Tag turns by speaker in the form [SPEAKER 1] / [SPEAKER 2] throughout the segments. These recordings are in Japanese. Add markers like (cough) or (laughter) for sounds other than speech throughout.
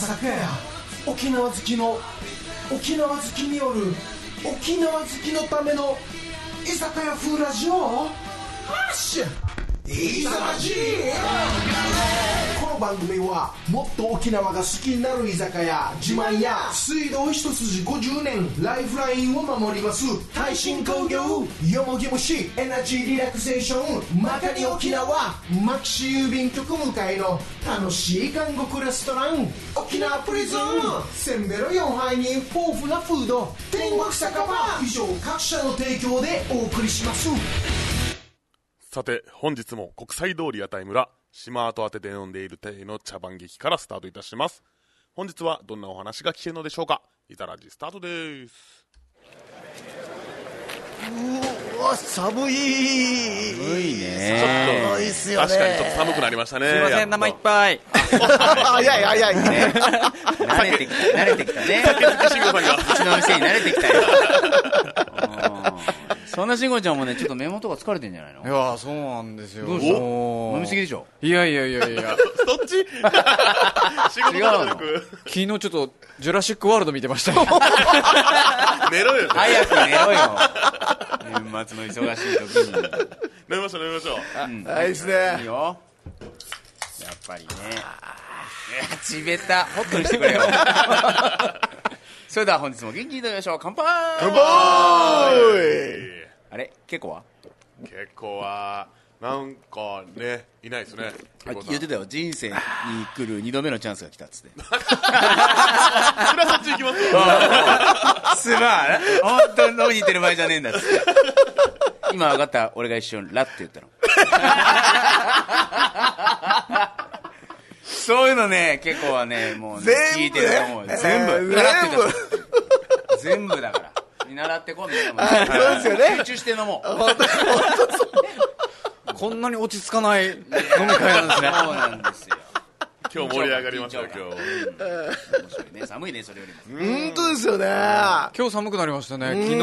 [SPEAKER 1] 昨夜や沖縄好きの沖縄好きによる沖縄好きのための居酒屋風ラジオハッシュいざラジこの番組はもっと沖縄が好きになる居酒屋自慢や水道一筋50年ライフラインを守ります耐震工業よもぎ虫エナジーリラクゼーションまかに沖縄マキシ郵便局向かいの楽しい韓国レストラン沖縄プリズンせんべろ4杯に豊富なフード天国酒場以上各社の提供でお送りします
[SPEAKER 2] さて、本日も国際通り屋台村、島跡当てで飲んでいる亭の茶番劇からスタートいたします。本日はどんなお話が聞けるのでしょうかいたらじスタートです。
[SPEAKER 3] うわ寒い寒いね寒いっすよね
[SPEAKER 2] 確かにちょっと寒くなりましたね。
[SPEAKER 4] すいません、生いっぱい。
[SPEAKER 3] あいやいやいやいやね
[SPEAKER 5] (laughs) 慣れてき慣れてきた (laughs) ね。
[SPEAKER 2] ぱい。慎吾さん
[SPEAKER 3] (laughs)
[SPEAKER 2] が。
[SPEAKER 5] うちのお店に慣れてきたよ。うんそんな慎吾ちゃんもね、ちょっと目元が疲れてんじゃないの
[SPEAKER 3] いやそうなんですよ
[SPEAKER 5] どうした
[SPEAKER 3] お
[SPEAKER 5] 飲みすぎでしょ
[SPEAKER 3] いやいやいやい
[SPEAKER 5] (laughs)
[SPEAKER 3] や
[SPEAKER 2] どっち
[SPEAKER 3] (laughs)
[SPEAKER 2] 仕事からく
[SPEAKER 3] 昨日ちょっとジュラシックワールド見てましたよ
[SPEAKER 2] 寝ろよ。
[SPEAKER 5] 早く寝ろよ。 (laughs) 年末の忙しい時に。
[SPEAKER 2] 寝ましょう、寝ましょう。
[SPEAKER 3] はいです
[SPEAKER 5] いい
[SPEAKER 3] ね
[SPEAKER 5] よ。やっぱりね。いや、ちべた。ホットにしてくれよ。 (laughs) それでは本日も元気にいただきましょう。乾杯
[SPEAKER 3] 乾杯
[SPEAKER 2] え
[SPEAKER 5] あれ結構は
[SPEAKER 2] ー結構は、なんかね、いないですね。
[SPEAKER 5] あ
[SPEAKER 2] 結構さん
[SPEAKER 5] 言ってたよ。人生に来る2度目のチャンスが来たっつって。
[SPEAKER 2] それはそっち行きますよ。
[SPEAKER 5] すまん。本当に飲みに行ってる場合じゃねえんだっつって。今分かった。俺が一緒にラって言
[SPEAKER 3] (laughs)
[SPEAKER 5] ったの。そういうのね、結構はね、もうね、
[SPEAKER 3] 全部ね
[SPEAKER 5] 聞いてると思うよ。全
[SPEAKER 3] えー
[SPEAKER 5] 部。ラって言ったの全部だから。見習ってこ
[SPEAKER 3] (laughs)
[SPEAKER 5] んねん。
[SPEAKER 3] そうですよね
[SPEAKER 5] 集中して飲もう。
[SPEAKER 3] こんなに落ち着かない飲み会なんですね
[SPEAKER 5] そうなんですよ。
[SPEAKER 2] 今日盛り上がりましたよ、今日。
[SPEAKER 5] 日。面白いね。寒いね、それよりも。
[SPEAKER 3] 本当ですよね
[SPEAKER 6] (laughs) 今日寒くなりましたね昨日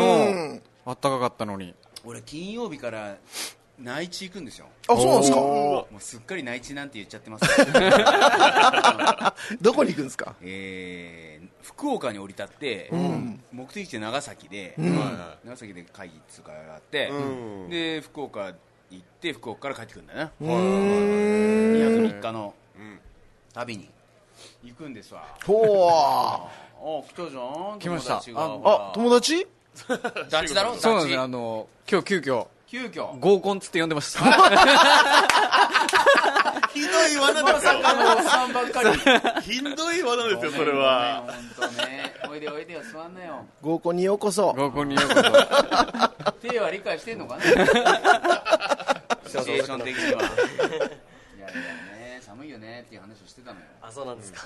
[SPEAKER 6] あったかかったのに
[SPEAKER 5] 俺、金曜日から内地行くんですよ。
[SPEAKER 3] あそうなんですか
[SPEAKER 5] もうすっかり内地なんて言っちゃってます。
[SPEAKER 3] どこに行くんですか
[SPEAKER 5] えー福岡に降り立って、目的地長崎で、長崎で会議っていうかがあって、で福岡行って福岡から帰ってくるんだよな、2泊3日の旅に行くんですわ
[SPEAKER 3] ほ
[SPEAKER 5] あ
[SPEAKER 3] ー
[SPEAKER 5] 来たじゃん
[SPEAKER 6] 来ました
[SPEAKER 3] あ
[SPEAKER 5] 友
[SPEAKER 3] 友達
[SPEAKER 5] 達がほらダチだろ
[SPEAKER 6] そうなんで
[SPEAKER 5] ダ
[SPEAKER 6] す
[SPEAKER 5] チ
[SPEAKER 6] よあの今日急遽
[SPEAKER 5] 急遽
[SPEAKER 6] 合コンつって呼んでました
[SPEAKER 5] (laughs)
[SPEAKER 2] ひどい罠
[SPEAKER 5] ま
[SPEAKER 2] で
[SPEAKER 5] さ
[SPEAKER 2] すよ。
[SPEAKER 5] かのおっさんばっかり
[SPEAKER 2] ひどい罠ですよ、それは。
[SPEAKER 5] ごめんごめんほんとねおいでおいでよ座んなよ
[SPEAKER 3] 合コンにようこそ
[SPEAKER 6] 合コンにようこそ
[SPEAKER 5] 手は理解してんのかなシチュエーション的にはいやいやね寒いよねっていう話をしてたのよ
[SPEAKER 7] あ、そうなんですか。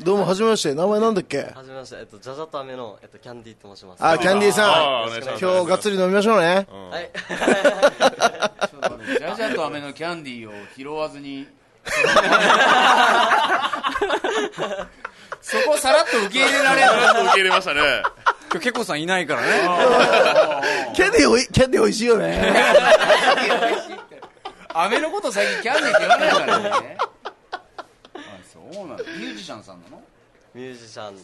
[SPEAKER 3] どうもはじめまして名前なんだっけ
[SPEAKER 7] はじめまして、えっと、じゃじゃと飴の、えっと、キャンディーと申します。
[SPEAKER 3] あキャンディー
[SPEAKER 2] あ
[SPEAKER 3] さ
[SPEAKER 2] ーお願いしま
[SPEAKER 3] ん
[SPEAKER 2] す
[SPEAKER 3] 今日がっつり飲みましょうね
[SPEAKER 7] はい。
[SPEAKER 5] ちょっと待ってジャジャと飴のキャンディーを拾わず (laughs) にそこさらっと受け入れられる
[SPEAKER 2] 受け入れましたね。
[SPEAKER 6] 今日けこさんいないからね
[SPEAKER 3] キャンディーおいキャンディー美味しいよね
[SPEAKER 5] 飴のこと最近キャンディーって言わないからねあそうなのミュージシャンさんなの
[SPEAKER 7] ミュージシャン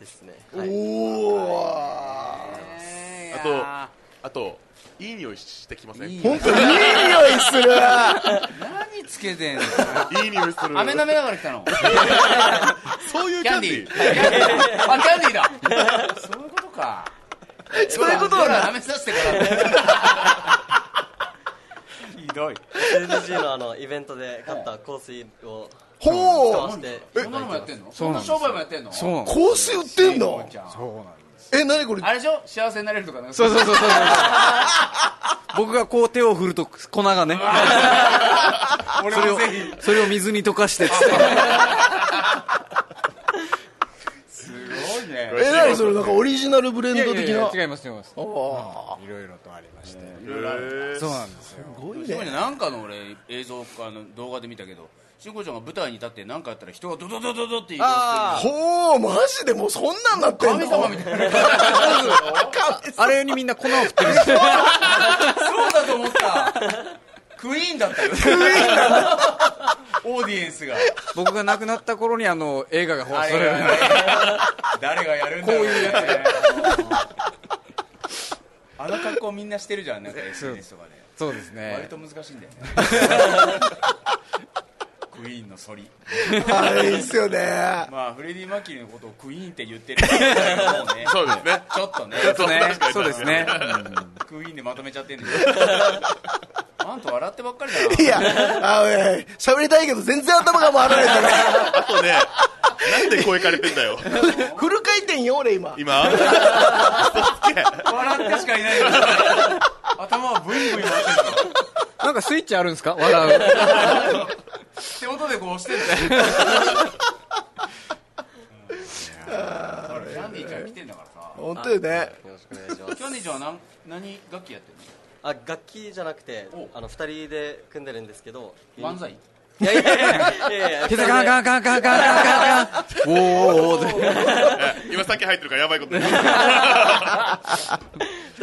[SPEAKER 7] ですね。はい。
[SPEAKER 5] え
[SPEAKER 2] あと、あと、いい匂いしてきませんいい
[SPEAKER 3] 本当にいい匂いする
[SPEAKER 5] 何つけてんの
[SPEAKER 2] 匂いする。
[SPEAKER 5] 飴舐めながら来たの
[SPEAKER 2] そういうキ
[SPEAKER 5] キ
[SPEAKER 2] ャ
[SPEAKER 5] ャ
[SPEAKER 2] ン
[SPEAKER 5] ン
[SPEAKER 2] デ
[SPEAKER 5] デ
[SPEAKER 2] ィー。
[SPEAKER 5] ィー。あ、キャンディーだ。そういうことか。そういうことだ。舐めさせてから。ひどい。
[SPEAKER 7] USG のあの、イベントで買った香水を、
[SPEAKER 3] ほ
[SPEAKER 7] 使わ
[SPEAKER 3] う
[SPEAKER 7] せてい
[SPEAKER 5] そ
[SPEAKER 7] た
[SPEAKER 5] んな
[SPEAKER 7] だ
[SPEAKER 5] のもや
[SPEAKER 7] いて
[SPEAKER 5] っ
[SPEAKER 7] ま
[SPEAKER 5] てん
[SPEAKER 7] す。
[SPEAKER 5] の
[SPEAKER 6] そ
[SPEAKER 5] そう
[SPEAKER 6] なん
[SPEAKER 5] うな
[SPEAKER 6] です
[SPEAKER 5] 商売もやってんの
[SPEAKER 6] (laughs) そうなの
[SPEAKER 3] 香水売ってんの
[SPEAKER 5] ちゃん
[SPEAKER 3] え何これ
[SPEAKER 5] あれでしょ幸せになれるとかなんか
[SPEAKER 6] そうそうそうそうそう僕がこう手を振ると粉がね
[SPEAKER 5] 俺
[SPEAKER 6] それ
[SPEAKER 5] も
[SPEAKER 6] を
[SPEAKER 5] ぜひ
[SPEAKER 6] それを水に溶かしてっつって
[SPEAKER 5] すごいね
[SPEAKER 3] え何それなんかオリジナルブレン
[SPEAKER 6] いや
[SPEAKER 3] ド
[SPEAKER 6] いや
[SPEAKER 3] 的
[SPEAKER 6] い
[SPEAKER 3] な
[SPEAKER 6] や違います違います
[SPEAKER 3] あ
[SPEAKER 5] いろいろとありまして
[SPEAKER 6] そうなんですよ
[SPEAKER 3] ーすごい
[SPEAKER 5] すごい
[SPEAKER 3] ね
[SPEAKER 5] ねなんかの俺映像かあの動画で見たけどしんこちゃんが舞台に立って何かあったら人がドドドドドって移動して
[SPEAKER 3] ほうマジでもうそんなんなってんの
[SPEAKER 5] る神様みたいな
[SPEAKER 6] あれにみんな粉を振ってる
[SPEAKER 5] そうだと思ったクイーンだったよ
[SPEAKER 3] クイーンなんだ
[SPEAKER 5] (laughs) オーディエンスが
[SPEAKER 6] 僕が亡くなった頃にあの映画が放
[SPEAKER 5] あ
[SPEAKER 6] 送さ
[SPEAKER 5] れ
[SPEAKER 6] れる
[SPEAKER 5] がね (laughs) 誰がやるんだろうねあの格好みんなしてるじゃんなんか SNS とかで
[SPEAKER 6] そうです
[SPEAKER 5] 割
[SPEAKER 6] ね
[SPEAKER 5] と難しいんだよね (laughs) クイーンの反り
[SPEAKER 8] あれいいっすよね。
[SPEAKER 5] まあフレディ・マーキュリーのことをクイーンって言ってる人だけどね
[SPEAKER 2] そうですね
[SPEAKER 5] ちょっとね
[SPEAKER 2] そう
[SPEAKER 6] ね
[SPEAKER 2] 確かに
[SPEAKER 6] そうですね
[SPEAKER 5] クイーンでまとめちゃってん (laughs) だよあんた笑ってばっかりだない
[SPEAKER 8] や、あのね、喋りたいけど全然頭が回らないから。
[SPEAKER 2] あとね、なんで声かれてんだよ、
[SPEAKER 8] フル回転よ、俺今。
[SPEAKER 2] 今。
[SPEAKER 5] 笑ってしかいないよ頭はブイブイ回ってるの
[SPEAKER 6] なんかスイッチあるんですか笑う
[SPEAKER 5] 手元でこう押してるねあれキャンディーちゃん来てんだからさ
[SPEAKER 8] 本当よね。
[SPEAKER 7] よろしくお願いしま
[SPEAKER 5] キャンディー
[SPEAKER 7] す
[SPEAKER 5] ちゃんは何何楽器やって
[SPEAKER 7] あ楽器じゃなくて
[SPEAKER 5] お
[SPEAKER 7] あの二人で組んでるんですけど
[SPEAKER 5] んの漫才
[SPEAKER 7] いやいやいやいやいや
[SPEAKER 6] 膝ガンガンガンガンガンガンガンガンおーおーおーで
[SPEAKER 2] 今さっき入ってるからやばいことちょ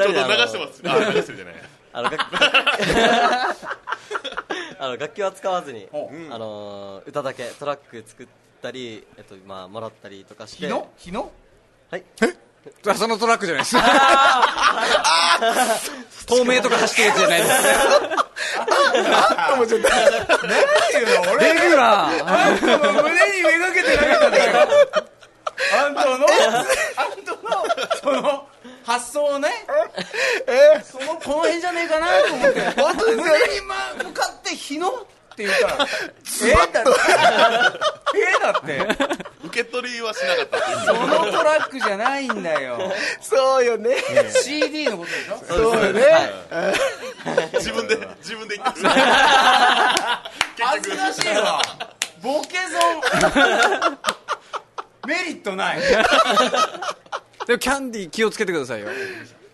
[SPEAKER 2] うど
[SPEAKER 7] 二人
[SPEAKER 2] 流
[SPEAKER 7] であの
[SPEAKER 2] してます。あ、流してるじゃない。
[SPEAKER 7] あの楽器 (laughs) あの楽器は使わずに、
[SPEAKER 5] ほ
[SPEAKER 7] あのー歌だけトラック作ったり、えっとまあ、もらったりとかして
[SPEAKER 5] 日野日野
[SPEAKER 7] はい、
[SPEAKER 6] そのトラックじゃないです透明とか走ってるやつじゃないですレギュラー
[SPEAKER 5] あんたの胸にめがけて投げたんだよあんたのあんたのその発想をねそのこの辺じゃねえかなと思って
[SPEAKER 8] 本当ですよね。
[SPEAKER 5] 胸にま向かって日野って言ったらえだってえだって
[SPEAKER 2] 受け取りはしなかったっていう
[SPEAKER 5] そのトラックじゃないんだよ
[SPEAKER 8] そうよね。
[SPEAKER 5] CD のことでしょ
[SPEAKER 7] そうですね、
[SPEAKER 2] 自分で、自分で言ってる。
[SPEAKER 5] 恥ずかしいわボケ損メリットない
[SPEAKER 6] でもキャンディー気をつけてくださいよ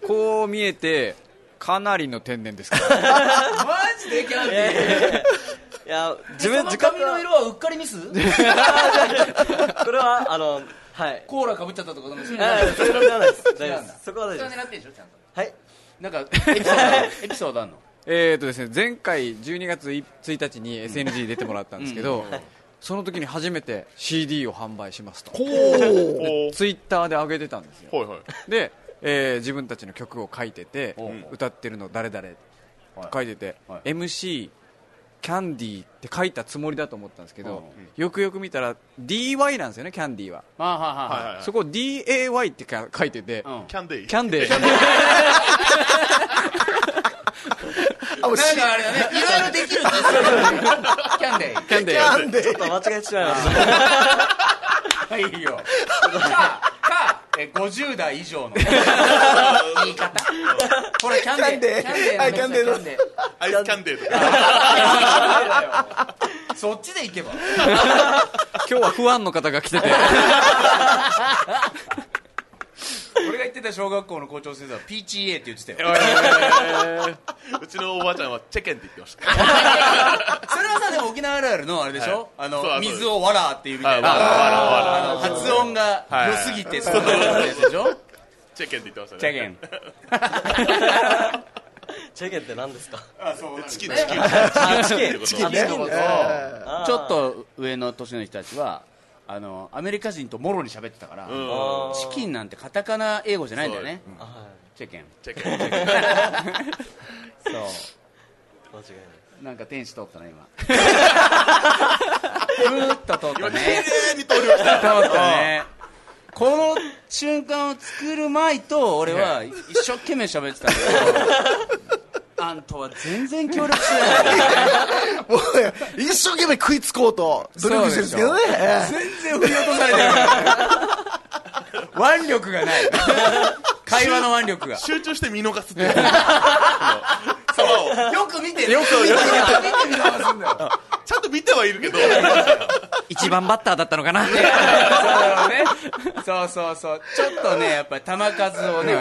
[SPEAKER 6] こう見えてかなりの天然ですから
[SPEAKER 5] マジでキャンディー
[SPEAKER 7] いや
[SPEAKER 5] 自
[SPEAKER 7] 自分
[SPEAKER 5] 分自
[SPEAKER 7] 自覚
[SPEAKER 5] 髪
[SPEAKER 7] は
[SPEAKER 5] の色はうっかりミス
[SPEAKER 7] (laughs) これはあのはい
[SPEAKER 5] コーラかぶっちゃったとかでもそれ
[SPEAKER 7] あそういうのではないです大丈夫ですそこは大
[SPEAKER 5] (laughs) それ
[SPEAKER 7] 丈夫
[SPEAKER 5] は
[SPEAKER 7] です
[SPEAKER 5] 狙ってんでしょちゃんと
[SPEAKER 7] はい
[SPEAKER 5] なんかエピソードあるエピソードあんの
[SPEAKER 6] えーとですね、前回12月1日に SNG 出てもらったんですけど、その時に初めて CD を販売しますと
[SPEAKER 2] おー
[SPEAKER 6] ツイッターで上げてたんですよ
[SPEAKER 2] はいはい。
[SPEAKER 6] で、えー自分たちの曲を書いてて
[SPEAKER 5] おう
[SPEAKER 6] 歌ってるの誰々
[SPEAKER 5] はい
[SPEAKER 6] 書いてて、
[SPEAKER 5] はい
[SPEAKER 6] MC キャンディーって書いたつもりだと思ったんですけど
[SPEAKER 5] う、
[SPEAKER 6] よくよく見たら DY なんですよねキャンディーは、
[SPEAKER 5] まあはあ
[SPEAKER 2] はい
[SPEAKER 5] は
[SPEAKER 2] はいはい
[SPEAKER 6] そこを DAY ってか書いてて、
[SPEAKER 5] あうん
[SPEAKER 2] キャンディー。
[SPEAKER 6] キャン
[SPEAKER 5] (laughs)
[SPEAKER 6] ディー
[SPEAKER 8] あ、もう
[SPEAKER 5] なん
[SPEAKER 8] し、
[SPEAKER 5] かあれだねいろいろできるんですよキャンデ
[SPEAKER 6] キャンディー
[SPEAKER 8] なんで
[SPEAKER 7] ちょっと間違えてしまいました
[SPEAKER 5] ーはいいいよかかえ50代以 (laughs) 上の言い方ほらキャンデー
[SPEAKER 8] キャンデー
[SPEAKER 5] のね
[SPEAKER 2] アイスキャンデーとか。
[SPEAKER 5] そっちで行けば
[SPEAKER 6] 今日はファンの方が来てて
[SPEAKER 5] 俺が行ってた小学校の校長先生は PTA って言ってたよ
[SPEAKER 2] うちのおばあちゃんはチェケンって言ってました。
[SPEAKER 5] それはさでも沖縄あるあるのあれでしょ、あの
[SPEAKER 2] そうそう
[SPEAKER 5] 水をわらっていうみたい
[SPEAKER 2] あわらわら
[SPEAKER 5] なあの発音が
[SPEAKER 2] はい
[SPEAKER 5] 良すぎてそうなるやつでしょ
[SPEAKER 2] チェケンって言ってました
[SPEAKER 5] チェ
[SPEAKER 2] ね。
[SPEAKER 5] ゲ (laughs) ン
[SPEAKER 7] チェゲンって何ですか
[SPEAKER 2] チキン、チキン。
[SPEAKER 7] あチキン
[SPEAKER 2] チキ
[SPEAKER 7] チキ
[SPEAKER 2] ン
[SPEAKER 7] ン
[SPEAKER 2] っ
[SPEAKER 7] ってて
[SPEAKER 2] こ
[SPEAKER 7] ことと
[SPEAKER 5] ちょっと上の年の人たちはあのアメリカ人ともろに喋ってたから、
[SPEAKER 2] うん
[SPEAKER 5] チキンなんてカタカナ英語じゃないんだよね、
[SPEAKER 7] あは
[SPEAKER 5] チェ (laughs) ゲン
[SPEAKER 2] チェケン。チェケン
[SPEAKER 7] いそう間違いない
[SPEAKER 5] なんか天使通ったな今ふーっと通った
[SPEAKER 2] 今、綺
[SPEAKER 5] ね
[SPEAKER 2] 麗に通りました。
[SPEAKER 5] そうだね (laughs) この瞬間を作る前と俺は一生懸命喋ってたんだ
[SPEAKER 6] (laughs)
[SPEAKER 5] けどあんたは全然協力して
[SPEAKER 8] もう、一生懸命食いつこうと、努力してるんですけどね。
[SPEAKER 5] ない全然振り落とされてる
[SPEAKER 6] (laughs)
[SPEAKER 5] から腕力がない (laughs) 会話の腕力が
[SPEAKER 2] 集中して見逃すっていう。
[SPEAKER 5] よく見てよく見てよく見て見逃すんだよ
[SPEAKER 2] ちゃんと見てはいるけど、
[SPEAKER 6] 一番バッターだったの (laughs) かな
[SPEAKER 5] そうそうそうちょっとねやっぱり球数をね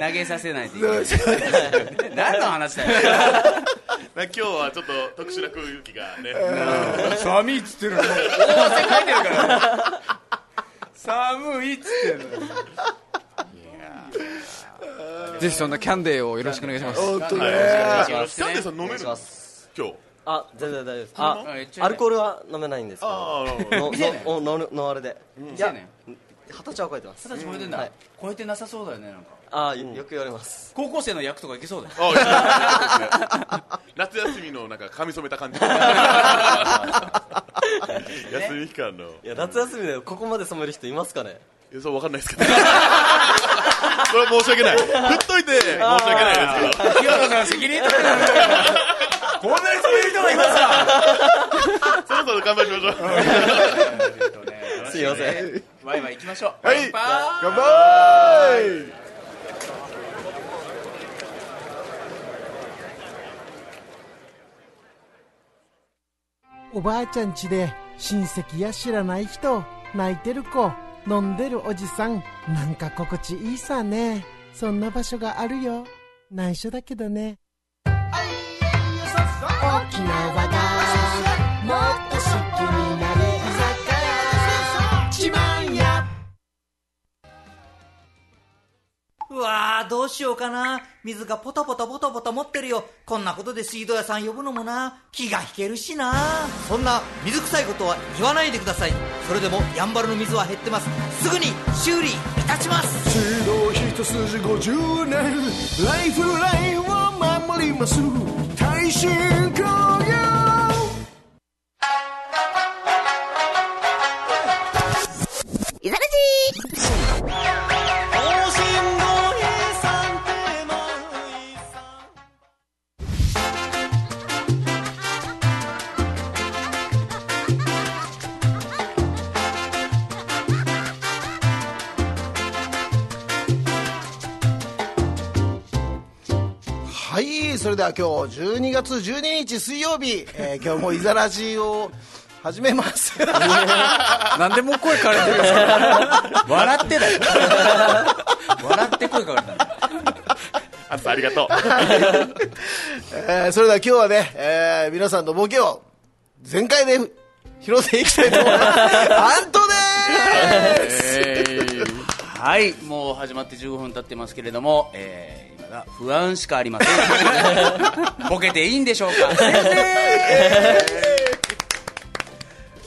[SPEAKER 5] 投げさせないといけない (laughs) 何の話だよ
[SPEAKER 2] 今日はちょっと特殊な空気がね。
[SPEAKER 5] 寒いっつってるの大汗かいてるから寒いっつってるの
[SPEAKER 6] ぜひそんなキャンデーをよろしくお願いします
[SPEAKER 8] 本当ね。
[SPEAKER 2] はい。キャンデーさん飲める今日。
[SPEAKER 7] あ全然大丈夫ですあ
[SPEAKER 5] あ言っちゃえば
[SPEAKER 7] アルコールは飲めないんですけ
[SPEAKER 2] ああ
[SPEAKER 7] ど
[SPEAKER 2] なるほ
[SPEAKER 7] の
[SPEAKER 5] 未成年
[SPEAKER 7] (laughs) のおノルノンアルでい
[SPEAKER 5] 未成
[SPEAKER 7] や
[SPEAKER 5] 年
[SPEAKER 7] 二十歳は超えてます
[SPEAKER 5] 二十歳超えてん
[SPEAKER 7] は
[SPEAKER 5] だ
[SPEAKER 7] い
[SPEAKER 5] 超えてなさそうだよねなんか
[SPEAKER 7] あーよよく言われます
[SPEAKER 5] 高校生の役とかいけそうだよ
[SPEAKER 2] どあいいですね夏休みのなんか髪染めた
[SPEAKER 6] (laughs)
[SPEAKER 2] 感じ休み期間の
[SPEAKER 7] いや夏休みでここまで染める人いますかね
[SPEAKER 2] いやそうわかんないですけどそれは申し訳ない振っといて申し訳ないですけど
[SPEAKER 5] 清野さん責任取れないこんなにそういう人がいますか
[SPEAKER 2] そろそろ乾杯しましょう
[SPEAKER 7] すいません
[SPEAKER 5] ワイワイ行きましょう
[SPEAKER 2] はい
[SPEAKER 5] 乾杯
[SPEAKER 2] 乾杯
[SPEAKER 1] おばあちゃん家で親戚や知らない人泣いてる子飲んでるおじさんなんか心地いいさねそんな場所があるよ内緒だけどね沖縄がもっと好きになれ居酒屋 (laughs) 自慢や
[SPEAKER 9] うわーどうしようかな水がポタポタポタポタ持ってるよこんなことで水道屋さん呼ぶのもな気が引けるしなそんな水臭いことは言わないでくださいそれでもやんばるの水は減ってますすぐに修理いたします
[SPEAKER 10] 水道一筋50年ライフラインを守ります耐震工業
[SPEAKER 3] はいそれでは今日12月12日水曜日、えー
[SPEAKER 10] (laughs)
[SPEAKER 3] 今日もイザラジを始めます (laughs)
[SPEAKER 6] なんでもう声枯れてるんですか
[SPEAKER 5] 笑っ
[SPEAKER 6] (laughs)
[SPEAKER 5] てだよ笑って声かかれたんだよ
[SPEAKER 2] あつさんありがとう
[SPEAKER 3] えーそれでは今日はね、えー皆さんのボケを全開で拾っていきたい
[SPEAKER 10] (laughs)
[SPEAKER 3] と思いますアントです
[SPEAKER 5] はい、もう始まって15分経ってますけれども、えー、今だ不安しかありませ (laughs) ん。ボケていいんでしょうか。先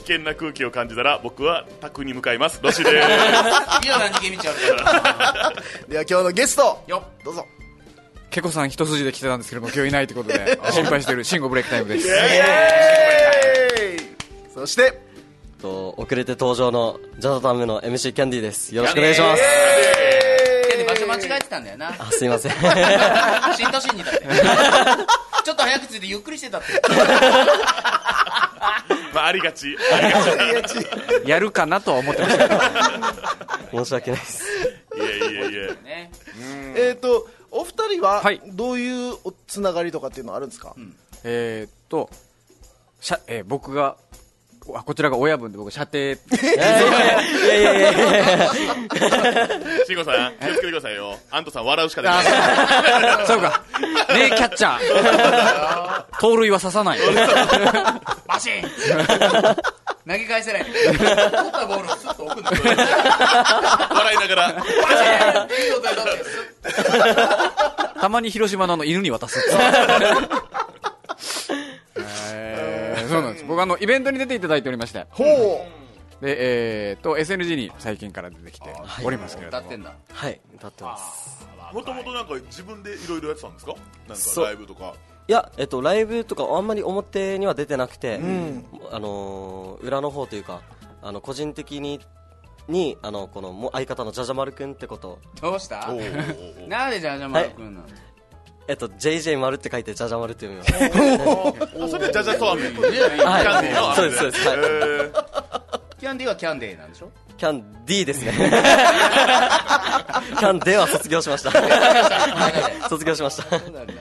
[SPEAKER 5] (laughs)
[SPEAKER 2] 危険な空気を感じたら僕は宅に向かいますロシです
[SPEAKER 5] 生、今何逃げ道あるから。
[SPEAKER 3] では今日のゲスト
[SPEAKER 5] よっ
[SPEAKER 3] どうぞ
[SPEAKER 6] ケコさん一筋で来てたんですけども今日いないってことで心配してるシンゴブレイクタイムです
[SPEAKER 3] そして
[SPEAKER 7] と遅れて登場のジャズタムの MC キャンディーですよろしくお願いします
[SPEAKER 5] で場所間違えてたんだよ (laughs) な。
[SPEAKER 7] あすいません
[SPEAKER 5] 新都心にいたって。ちょっと早く着いてゆっくりしてたって。
[SPEAKER 2] まあありがちありがち
[SPEAKER 6] やるかなとは思ってましたけど
[SPEAKER 7] (laughs) 申し訳ないです
[SPEAKER 2] いやいやいや
[SPEAKER 5] ね。
[SPEAKER 3] えっ、とお二人は
[SPEAKER 6] はい
[SPEAKER 3] どういうおつながりとかっていうのはあるんですか、
[SPEAKER 6] えーっとしゃ、えー僕があこちらが親分で僕射程
[SPEAKER 2] 慎吾さん気をつけてくださいよアントさん笑うしかできない
[SPEAKER 6] そうかねえキャッチャー盗塁は刺さない
[SPEAKER 5] バシン。投げ返せない。取ったボールをちょっと置くんだよ。バ
[SPEAKER 2] 笑いながら
[SPEAKER 5] シンっていう状態だって。スッ
[SPEAKER 6] たまに広島のあの犬に渡すえーそうなんです僕あのイベントに出ていただいておりまして
[SPEAKER 3] ほう
[SPEAKER 6] でえーっと SNG に最近から出てきておりますけれ
[SPEAKER 5] 歌
[SPEAKER 6] ど
[SPEAKER 5] っ
[SPEAKER 6] も
[SPEAKER 5] てんだ。
[SPEAKER 7] はい歌ってます
[SPEAKER 2] もともとなんか自分でいろいろやってたんですかなんか
[SPEAKER 7] そう
[SPEAKER 2] ライブとか
[SPEAKER 7] いや、えっと、ライブとかあんまり表には出てなくて、あのー裏の方というかあの個人的ににあのこのも相方のじゃじゃ丸くんってこと、
[SPEAKER 5] どうした
[SPEAKER 2] おうおうおう
[SPEAKER 5] なんでじゃあじゃあまだ来るの。
[SPEAKER 7] えっと、JJ 丸って書いてじゃじゃ丸って読みます
[SPEAKER 2] あそれでジャジャとアメンキ
[SPEAKER 7] は
[SPEAKER 2] ャ
[SPEAKER 7] い
[SPEAKER 2] ンディーのアメン
[SPEAKER 7] そうですそうです
[SPEAKER 2] へー
[SPEAKER 5] キャンディーはキャンディーなんでしょ
[SPEAKER 7] キャンディーですねキャンデーは卒業しました卒業しました
[SPEAKER 5] そうなんだ。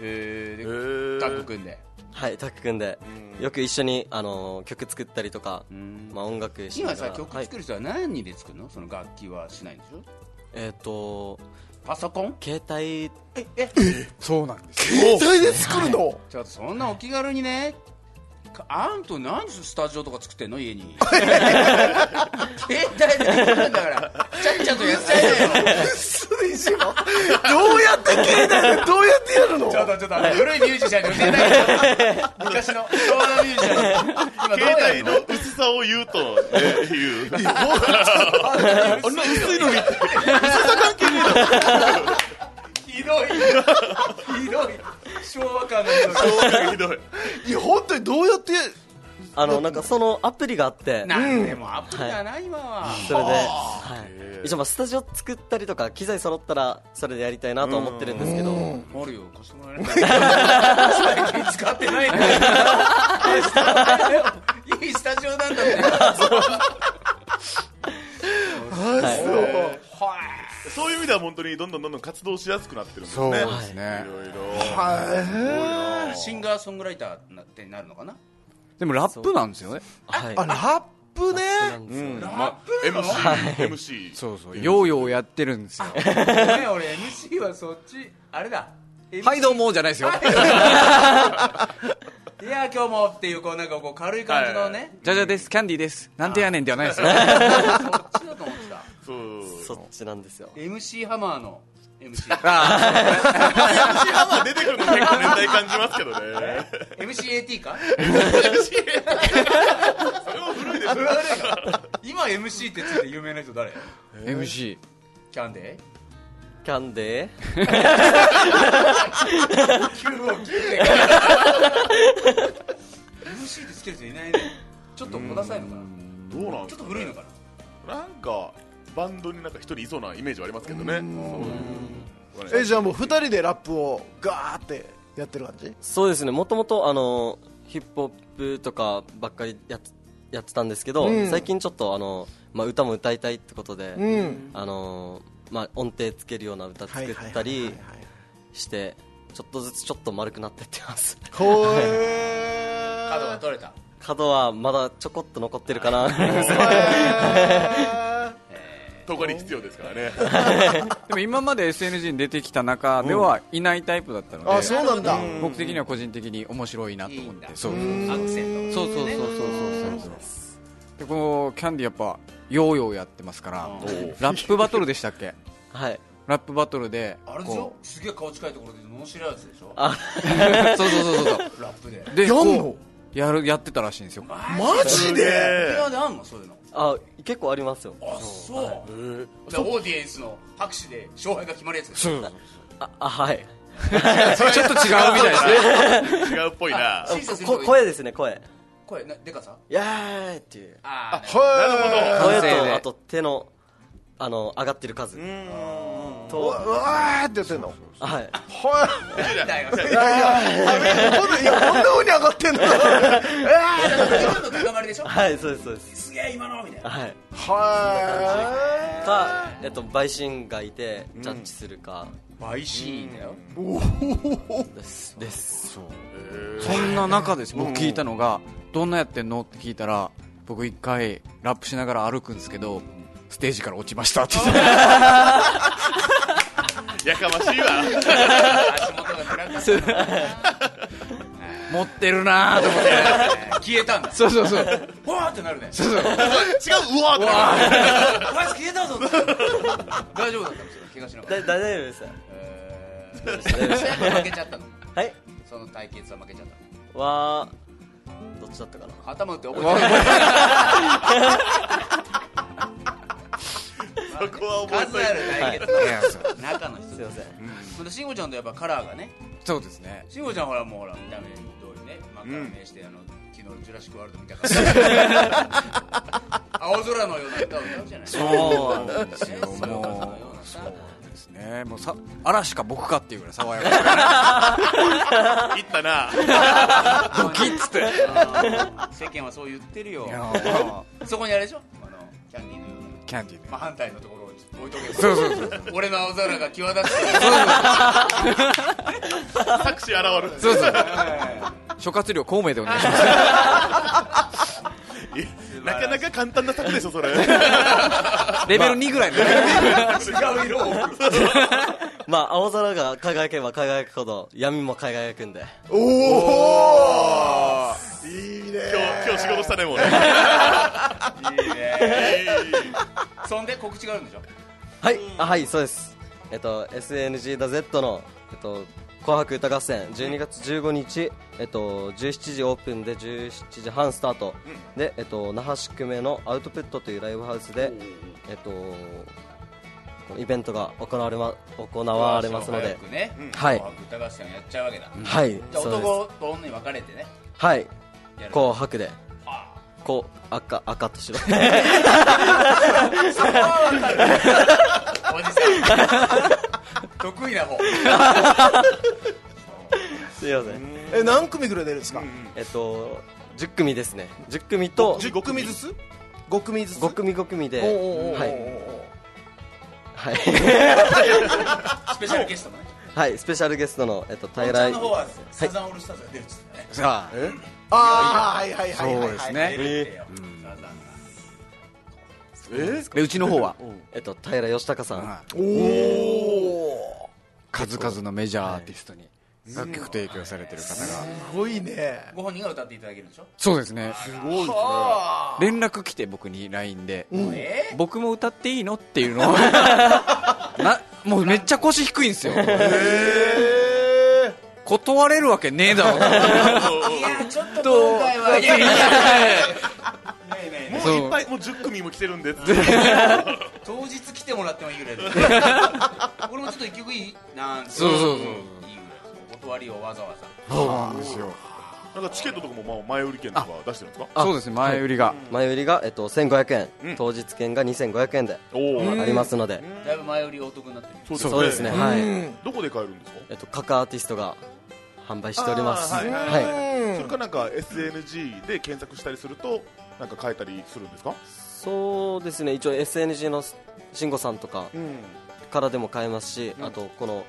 [SPEAKER 5] え
[SPEAKER 2] へ
[SPEAKER 5] ー、で、
[SPEAKER 2] ー
[SPEAKER 5] タッグ組んで。
[SPEAKER 7] はいタックくんでよく一緒に、あのー曲作ったりとか、まあ、音楽しな
[SPEAKER 5] 今
[SPEAKER 7] がら
[SPEAKER 5] さ曲
[SPEAKER 7] はい
[SPEAKER 5] 作る人は何人で作るのその楽器はしないんでしょ
[SPEAKER 7] えっと
[SPEAKER 5] パソコン
[SPEAKER 7] 携帯
[SPEAKER 5] ええ
[SPEAKER 6] そうなんです
[SPEAKER 3] 携帯で作るの、
[SPEAKER 5] ちょっとそんなお気軽にねかあんと何スタジオとか作ってんの家 (laughs) に携帯でできるんだからちゃっちゃとやっちゃえよ
[SPEAKER 3] 嘘でしょどうやって携帯でどうやってやるの
[SPEAKER 5] ちょっとちょっとあの古いミュージシャンに教えないで昔の昭和のミュージシャンに今ど
[SPEAKER 2] 携
[SPEAKER 5] うやる
[SPEAKER 2] 帯の薄さを言うと、ね、いう。
[SPEAKER 5] あんな薄いのに薄さ関係ねえだろひどいひどい昭和感のひど
[SPEAKER 2] ひ
[SPEAKER 5] い
[SPEAKER 2] どい。
[SPEAKER 3] いや本当にどうやって
[SPEAKER 7] あのなんかそのアプリがあって
[SPEAKER 5] なんでもアプリだな、今は。
[SPEAKER 7] それで、はい、一応まあスタジオ作ったりとか機材揃ったらそれでやりたいなとは思ってるんですけど
[SPEAKER 5] あるよ、貸してもらえない。最近使ってないんだよ。いいスタジオなんだって。
[SPEAKER 2] そういう意味では本当にどんどんどんどん活動しやすくなってるんですね。
[SPEAKER 7] です
[SPEAKER 6] ね
[SPEAKER 2] いろいろ。
[SPEAKER 5] シンガーソングライターってなるのかな。
[SPEAKER 6] でもラップなんですよね
[SPEAKER 7] はい
[SPEAKER 3] あラップね
[SPEAKER 7] なんですよね
[SPEAKER 2] まあ、MC、MC。
[SPEAKER 6] そうそうヨーヨーやってるんですよ
[SPEAKER 5] ごめん、俺 MC はそっち、あれだ。
[SPEAKER 6] はいどうもじゃないですよ
[SPEAKER 5] いや、今日もっていう、こう、なんかこう、軽い感じのね。
[SPEAKER 6] ジャジャですキャンディーですなんてやねんではないですよ
[SPEAKER 5] そっちだと思ってた。
[SPEAKER 2] そう
[SPEAKER 7] そっちなんですよ
[SPEAKER 5] MC ハマーの MC。
[SPEAKER 2] MC ハマー出てくるの結構年代感じますけどね。
[SPEAKER 5] MCAT か
[SPEAKER 2] それも古いでしょ。
[SPEAKER 5] 今 MC ってついて有名な人誰
[SPEAKER 6] MC
[SPEAKER 5] キャンデ
[SPEAKER 7] キャンデ
[SPEAKER 5] ー ?959
[SPEAKER 7] ー
[SPEAKER 5] で MC ってつける人いないねちょっと小田さいのかな
[SPEAKER 2] どうなん
[SPEAKER 5] ち
[SPEAKER 2] です
[SPEAKER 5] ょっと
[SPEAKER 2] か
[SPEAKER 5] 古いのかな
[SPEAKER 2] なんか、バンドになんか一人いそうなイメージはありますけどね。そういう
[SPEAKER 3] えじゃあもう二人でラップをガーってやってる感じ
[SPEAKER 7] そうですねもともとあのヒップホップとかばっかりやっやってたんですけど、最近ちょっとあの、まあ、歌も歌いたいってことで、
[SPEAKER 3] うん
[SPEAKER 7] あのまあ、音程つけるような歌作ったりしてちょっとずつちょっと丸くなってってます
[SPEAKER 3] ほえ
[SPEAKER 5] 角が取れた
[SPEAKER 7] 角はまだちょこっと残ってるかな
[SPEAKER 2] 尖り必要ですからね。
[SPEAKER 6] でも今まで SNG に出てきた中ではいないタイプだったので、
[SPEAKER 3] あそうなんだ
[SPEAKER 6] 僕的には個人的に面白いなと思ってそう
[SPEAKER 5] アクセント
[SPEAKER 6] そうそうそうそうそうそうでこのキャンディーやっぱヨーヨーやってますからラップバトルでしたっけ
[SPEAKER 7] はい
[SPEAKER 6] ラップバトルで
[SPEAKER 5] あれでしょすげえ顔近いところで罵り合うやつでしょ
[SPEAKER 6] うそうそうそうそう
[SPEAKER 5] ラップで
[SPEAKER 6] で
[SPEAKER 3] やんの
[SPEAKER 6] こうやるやってたらしいんですよ
[SPEAKER 3] マジで
[SPEAKER 5] 沖縄であんのそういうの
[SPEAKER 7] あ結構ありますよ
[SPEAKER 5] あそうだからオーディエンスの拍手で勝敗が決まるやつでしょ
[SPEAKER 7] ああはい
[SPEAKER 6] ちょっと違うみたいですね
[SPEAKER 2] 違うっぽいな。
[SPEAKER 5] 審査する
[SPEAKER 7] こ
[SPEAKER 5] 人がいる
[SPEAKER 7] 声ですね声
[SPEAKER 5] 声なでかさ
[SPEAKER 7] やーいっていう
[SPEAKER 5] あー
[SPEAKER 2] なるほど。
[SPEAKER 7] 声
[SPEAKER 6] 歓声で
[SPEAKER 7] とあと手のあの上がってる数
[SPEAKER 3] う
[SPEAKER 7] と
[SPEAKER 3] わーってやってんの
[SPEAKER 7] はい
[SPEAKER 3] はい
[SPEAKER 5] なんだよ
[SPEAKER 3] 今度いやこんな風に上がってんの
[SPEAKER 5] 今の高まりでしょ
[SPEAKER 7] はいそうですそうです
[SPEAKER 5] すげえ今のみたいな
[SPEAKER 7] はい
[SPEAKER 3] は
[SPEAKER 7] か、えっと、陪審がいてジャッジするか
[SPEAKER 5] 陪審員だよ
[SPEAKER 7] です,、です
[SPEAKER 6] そんな中です僕聞いたのがどんなやってんのって聞いたら僕一回ラップしながら歩くんですけどステージから落ちましたって言って
[SPEAKER 2] やかましいわ。
[SPEAKER 5] 足元が暗かったな
[SPEAKER 6] 持ってるなーと思って (laughs)
[SPEAKER 5] 消えたんだ
[SPEAKER 6] そうそうそう
[SPEAKER 5] (laughs) ほわーってなるね
[SPEAKER 2] 違う、うわーってなる
[SPEAKER 5] こいつ消えたぞ大丈夫だったんですよ怪我しなかっ
[SPEAKER 7] だ大丈夫です
[SPEAKER 5] えー、負けちゃったの
[SPEAKER 7] はい
[SPEAKER 5] その対決は負けちゃった
[SPEAKER 7] はどっちだったかな
[SPEAKER 5] の頭打って覚えてない
[SPEAKER 2] そこは覚え
[SPEAKER 5] 数
[SPEAKER 2] とい
[SPEAKER 5] あ
[SPEAKER 2] て
[SPEAKER 5] る対決の中の人
[SPEAKER 7] すいません
[SPEAKER 5] また慎吾ちゃんとやっぱカラーがね
[SPEAKER 6] そうですね
[SPEAKER 5] 慎吾ちゃんほらもうほら見た目通りね真っ赤な目して、あの昨日ジュラシックワールド見たから青空のような歌を歌うじゃない
[SPEAKER 6] そうなんですよ
[SPEAKER 5] そう
[SPEAKER 6] も
[SPEAKER 5] そう
[SPEAKER 6] うそうですねもうさ嵐か僕かっていうぐらい爽やか
[SPEAKER 2] いったな。
[SPEAKER 6] ドキッつって
[SPEAKER 5] (laughs) 世間はそう言ってるよ
[SPEAKER 6] いやまあ
[SPEAKER 5] そこにあれでしょあのキャンディーのような
[SPEAKER 6] キャンディーね
[SPEAKER 5] まあ、反対のところを置いとけば
[SPEAKER 6] そうそうそう
[SPEAKER 5] 俺の青空が際立つ
[SPEAKER 2] 作詞現る。
[SPEAKER 6] そうそう諸葛亮孔明でお願いします
[SPEAKER 2] いやなかなか簡単な作でしょ、それ。
[SPEAKER 6] レベル2ぐらいの
[SPEAKER 5] 違う色を送る
[SPEAKER 7] (laughs) まあ青空が輝けば輝くほど闇も輝くんで
[SPEAKER 3] いおお
[SPEAKER 2] いい仕事したねもうね
[SPEAKER 5] そんで告知があるんでしょ
[SPEAKER 7] はい、あはい、そうです。えっと、SNG だ Z の、えっと、紅白歌合戦、12月15日、えっと、17時オープンで17時半スタート、で、えっと、那覇宿命のアウトプットというライブハウスで、えっと、このイベントが行われま行われますので、
[SPEAKER 5] ね
[SPEAKER 7] はい
[SPEAKER 5] 紅白歌合戦をやっちゃうわけだ
[SPEAKER 7] はい、
[SPEAKER 5] じゃあ
[SPEAKER 7] そうです。
[SPEAKER 5] 男と女に分かれてね
[SPEAKER 7] はい、
[SPEAKER 5] やる
[SPEAKER 7] 紅白で、こう、赤、赤
[SPEAKER 5] (laughs)
[SPEAKER 7] と白。
[SPEAKER 5] おじさん得意な方
[SPEAKER 7] すいません。
[SPEAKER 3] え何組ぐらい出るんですか、
[SPEAKER 7] えっと、10組ですね。10組と、
[SPEAKER 3] 10組ずつ5組ずつ
[SPEAKER 7] 5組5組で、
[SPEAKER 3] おうおうおうおう
[SPEAKER 7] はい、はい。
[SPEAKER 5] スペシャルゲストもね
[SPEAKER 7] はい、スペシャルゲストの、えっと、
[SPEAKER 5] こ
[SPEAKER 7] 平
[SPEAKER 5] ちら
[SPEAKER 7] 井
[SPEAKER 5] の方はサザンオールスターズが出るっつってね
[SPEAKER 6] さあ、
[SPEAKER 3] ああはいはいはいはい
[SPEAKER 6] そう
[SPEAKER 3] はい
[SPEAKER 6] です
[SPEAKER 5] 出
[SPEAKER 6] ね。
[SPEAKER 5] るってよサザンが
[SPEAKER 6] で、うちの方は、
[SPEAKER 7] えっと、平義孝さん、
[SPEAKER 6] 数々のメジャーアーティストに楽曲提供されてる方が。
[SPEAKER 3] すごいね
[SPEAKER 5] ご本人が歌っていただけるんでしょ
[SPEAKER 6] そうですね。すごい連絡来て僕に LINE で、
[SPEAKER 5] え
[SPEAKER 6] 僕も歌っていいのっていう (laughs) のをなもうめっちゃ腰低いんですよ断れるわけねえだろ
[SPEAKER 5] ーいやちょっと今回はいやいやいやいやいやいや
[SPEAKER 2] もういっぱいもう10組も来てるん
[SPEAKER 6] (laughs)
[SPEAKER 2] で
[SPEAKER 5] 当日来てもらってもいいぐらいで俺もちょっと一曲いいなんて
[SPEAKER 6] そうそうそう
[SPEAKER 5] いいぐらいですお断りをわざわざ
[SPEAKER 6] そうなんですよ
[SPEAKER 2] なんかチケットとかもまあ前売り券とか出してるんですか
[SPEAKER 6] そうですね前売りが、
[SPEAKER 7] 前売りが、えっと、1500円、
[SPEAKER 2] ん
[SPEAKER 7] 当日券が2500円で、
[SPEAKER 2] おお
[SPEAKER 7] ありますので、
[SPEAKER 5] だいぶ前よりお得になってるよ
[SPEAKER 7] そうですね、はい、
[SPEAKER 2] どこで買えるんですか
[SPEAKER 7] えっと、各アーティストが販売しております。
[SPEAKER 2] あーはい
[SPEAKER 7] はい、
[SPEAKER 2] それかなんか SNG で検索したりするとなんか買えたりするんですか
[SPEAKER 7] そうですね、一応 SNG の慎吾さんとか
[SPEAKER 2] ん
[SPEAKER 7] からでも買えますし、あと、この、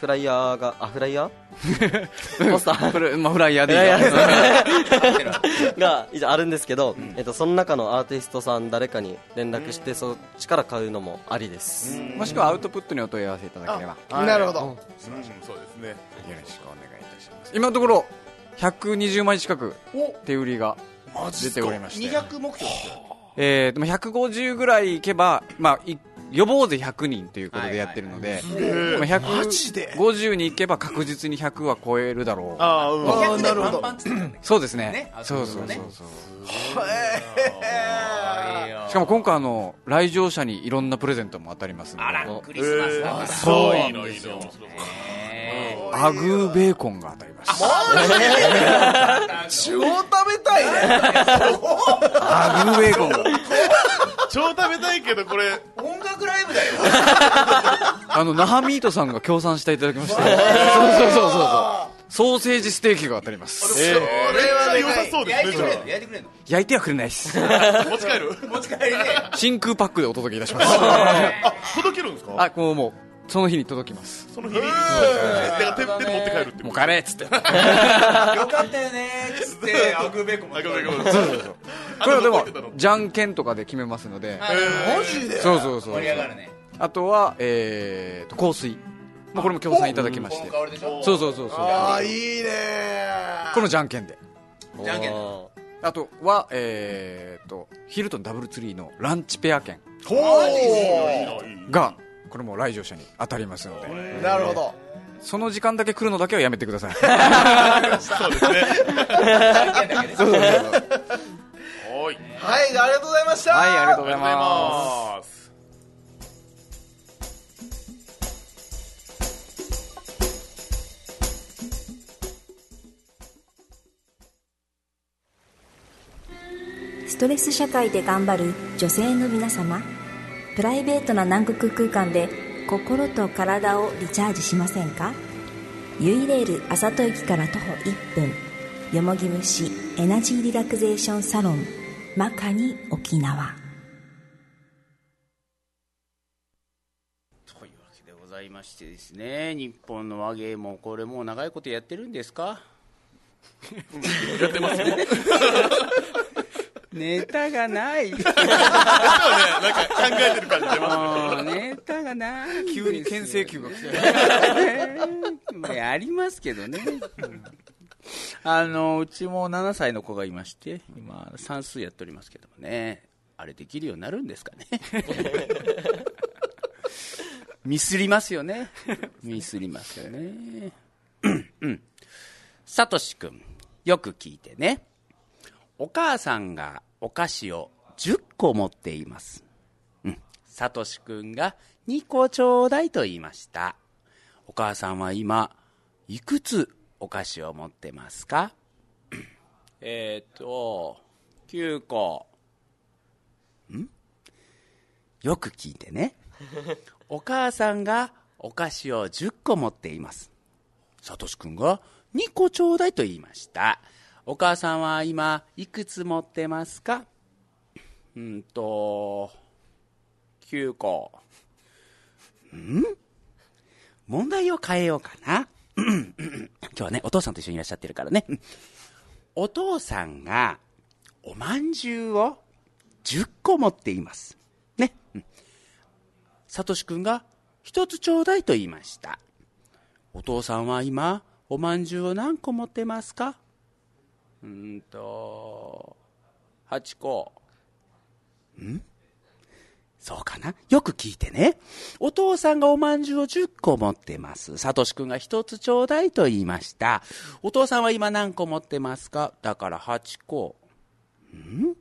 [SPEAKER 7] フライヤーが、あ、フライヤーポスター
[SPEAKER 6] これ (laughs) まあ、フライヤーでい
[SPEAKER 7] い
[SPEAKER 6] い
[SPEAKER 7] や
[SPEAKER 6] や
[SPEAKER 7] い
[SPEAKER 5] 合
[SPEAKER 7] や
[SPEAKER 5] ってるわ
[SPEAKER 7] が一応あるんですけど、えっと、その中のアーティストさん誰かに連絡して、そっちから買うのもありです、
[SPEAKER 6] もしくはアウトプットにお問い合わせいただければ
[SPEAKER 3] なるほど
[SPEAKER 2] 素晴らしいそうですね
[SPEAKER 6] よろしくお願いいたします今のところ120枚近く手売りが出ておりまして
[SPEAKER 5] 200目標ですよ
[SPEAKER 6] えー、でも150ぐらいいけば、まあ、い予防で100人ということでやってるので、まあ150にいけば確実に100は超えるだろう
[SPEAKER 2] ああうん
[SPEAKER 3] あ
[SPEAKER 5] 200
[SPEAKER 3] ーなるほ
[SPEAKER 5] でパ
[SPEAKER 3] ど
[SPEAKER 5] ンパンっつってたんだけ
[SPEAKER 6] そうですね
[SPEAKER 5] ねあ
[SPEAKER 6] そうそう
[SPEAKER 5] そ
[SPEAKER 6] そうう
[SPEAKER 5] そう
[SPEAKER 6] そう
[SPEAKER 5] どいいよ
[SPEAKER 6] しかも今回あの来場者にいろんなプレゼントも当たりますので
[SPEAKER 5] あ
[SPEAKER 6] あ
[SPEAKER 5] らクリスマスだから
[SPEAKER 2] そういいのいいの
[SPEAKER 5] ね
[SPEAKER 6] グーベーコンが当たりました
[SPEAKER 3] 中央食べたいね
[SPEAKER 6] アグーベーコンが
[SPEAKER 2] 超食べたいけどこれ
[SPEAKER 5] 音楽ライブだよ
[SPEAKER 6] あの那覇ミートさんが協賛していただきま (laughs) したそうそうそうそうそうソーセージステーキが当たります
[SPEAKER 2] それは良さそうで
[SPEAKER 5] 焼い
[SPEAKER 2] す
[SPEAKER 5] てくれんの
[SPEAKER 2] ね
[SPEAKER 5] 焼いてくれんの
[SPEAKER 6] 焼いてはくれないです
[SPEAKER 2] 持ち帰る
[SPEAKER 5] 持ち帰りで
[SPEAKER 6] 真空パックでお届けいたします (laughs)
[SPEAKER 2] あ届けるんですか
[SPEAKER 6] あこうもうその日に届きます
[SPEAKER 2] その日にだから手で持って帰るって
[SPEAKER 6] もうカレーっつって
[SPEAKER 5] よかったよねーっつってアグーベーコン持って帰る
[SPEAKER 6] これはでもじゃんけんとかで決めますので
[SPEAKER 3] マジで
[SPEAKER 6] そうそうそう
[SPEAKER 5] 盛り上がるね
[SPEAKER 6] あとはえーと香水まあこれも協賛いただきまし
[SPEAKER 5] こ
[SPEAKER 6] て
[SPEAKER 5] の香りでしょ
[SPEAKER 6] そうそうそうそう
[SPEAKER 3] ああいいね
[SPEAKER 6] このじゃんけんで
[SPEAKER 5] じゃんけんだ
[SPEAKER 7] おー
[SPEAKER 6] あとはえーとヒルトンダブルツリーのランチペア券
[SPEAKER 3] ほう
[SPEAKER 6] がこれも来場者に当たりますので
[SPEAKER 3] なるほど
[SPEAKER 6] その時間だけ来るのだけはやめてください
[SPEAKER 2] そうですねはい
[SPEAKER 3] はいありがとうございました
[SPEAKER 6] はいありがと
[SPEAKER 2] ありがとう
[SPEAKER 6] うござ
[SPEAKER 2] ござ
[SPEAKER 6] い
[SPEAKER 2] い
[SPEAKER 6] ま
[SPEAKER 2] ま
[SPEAKER 6] す
[SPEAKER 2] す
[SPEAKER 11] ストレス社会で頑張る女性の皆様プライベートな南国空間で心と体をリチャージしませんかユイレール朝戸駅から徒歩1分よもぎ虫エナジーリラクゼーションサロンマカニ沖縄
[SPEAKER 5] というわけでございましてですね日本の和芸もこれもう長いことやってるんですかやってますね (laughs) ネタ
[SPEAKER 2] (laughs)
[SPEAKER 5] がない
[SPEAKER 2] なんか考えてる感じで
[SPEAKER 5] もうネタがない
[SPEAKER 6] 急に牽制球が来て
[SPEAKER 5] (laughs) まあやりますけどねあのうちも7歳の子がいまして今算数やっておりますけどもねあれできるようになるんですかね (laughs) ミスりますよねミスりますよねうんさとし君よく聞いてねお母さんがお菓子を10個持っていますうんさとし君が2個ちょうだいと言いましたお母さんは今いくつお菓子を持ってますか (coughs) えーっと9個んよく聞いて (laughs) ねお母さんがお菓子を10個持っていますさとしくんが2個ちょうだいと言いましたお母さんは今いくつ持ってますか (coughs) うんと9個ん問題を変えようかな (clears throat) 今日はねお父さんと一緒にいらっしゃってるからねお父さんがおまんじゅうを10個持っていますねうんさとしくんが1つちょうだいと言いましたお父さんは今おまんじゅうを何個持ってますかうーんと8個んそうかなよく聞いてねお父さんがおまんじゅうを10個持ってますさとしくんが1つちょうだいと言いましたお父さんは今何個持ってますかだから8個ん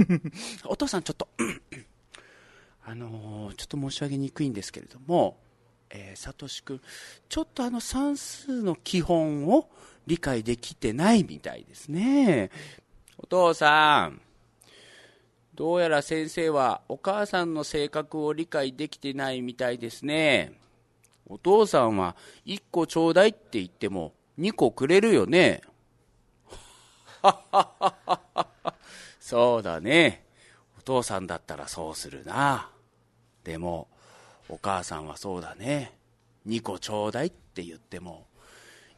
[SPEAKER 5] (laughs) お父さんちょっとあのーちょっと申し上げにくいんですけれども、えー、さとしくん、ちょっとあの算数の基本を理解できてないみたいですね。お父さん、どうやら先生はお母さんの性格を理解できてないみたいですね。お父さんは1個ちょうだいって言っても2個くれるよね。 (laughs) そうだね。お父さんだったらそうするな。でも、お母さんはそうだね。2個ちょうだいって言っても、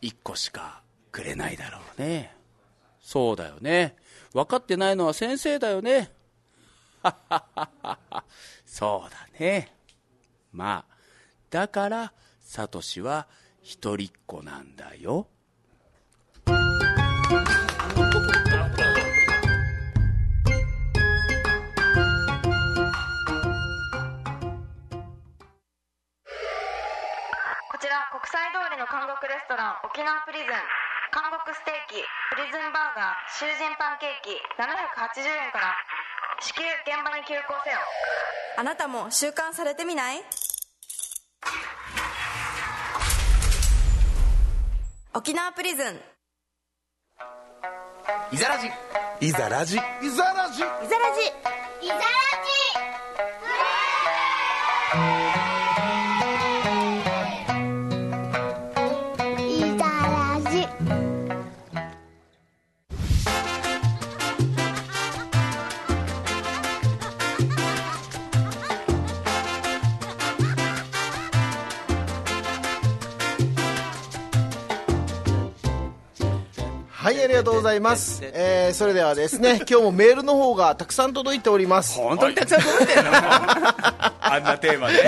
[SPEAKER 5] 1個しかくれないだろうね。そうだよね。分かってないのは先生だよね。そうだね。まあ、だから、サトシは一人っ子なんだよ。
[SPEAKER 12] こちら国際通りの韓国レストラン沖縄プリズン韓国ステーキプリズンバーガー囚人パンケーキ780円から至急現場に急行せよあなたも収監されてみない沖縄プリズン
[SPEAKER 5] いざらじ
[SPEAKER 10] いざラジいざラジ
[SPEAKER 12] イザラジイザラジイザラジ
[SPEAKER 3] はい、ありがとうございます。えー、それではですね、 (laughs) 今日もメールの方がたくさん届いております。
[SPEAKER 5] 本当にたくさん届いてるのあんなテーマで。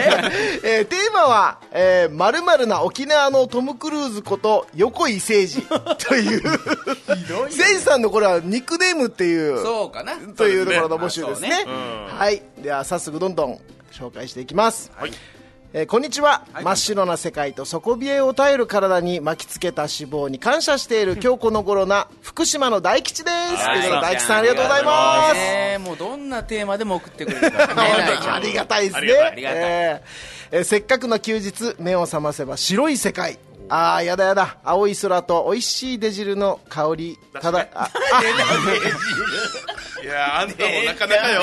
[SPEAKER 3] えーテーマは、えー、〇〇な沖縄のトム・クルーズこと横井誠二という誠司さんのこれはニックネームっていう
[SPEAKER 5] そうかな。
[SPEAKER 3] というところの募集ですね
[SPEAKER 5] そう
[SPEAKER 3] はいでは早速どんどん紹介していきます、えーこんにちは、真っ白な世界と底冷えを耐える体に巻きつけた脂肪に感謝してい (laughs) る今日この頃な福島の大吉です、
[SPEAKER 5] はい
[SPEAKER 3] ということで大吉さんありがとうございます、
[SPEAKER 5] ねえもうどんなテーマでも送ってくれるからね大ちゃん
[SPEAKER 3] ありがたいです
[SPEAKER 5] あ
[SPEAKER 3] ね
[SPEAKER 5] りがたいありがたい
[SPEAKER 3] えーえーせっかくの休日目を覚ませば白い世界ああやだやだ青い空と美味しい出汁の香りただあ
[SPEAKER 2] いやあんたもなかなかよ、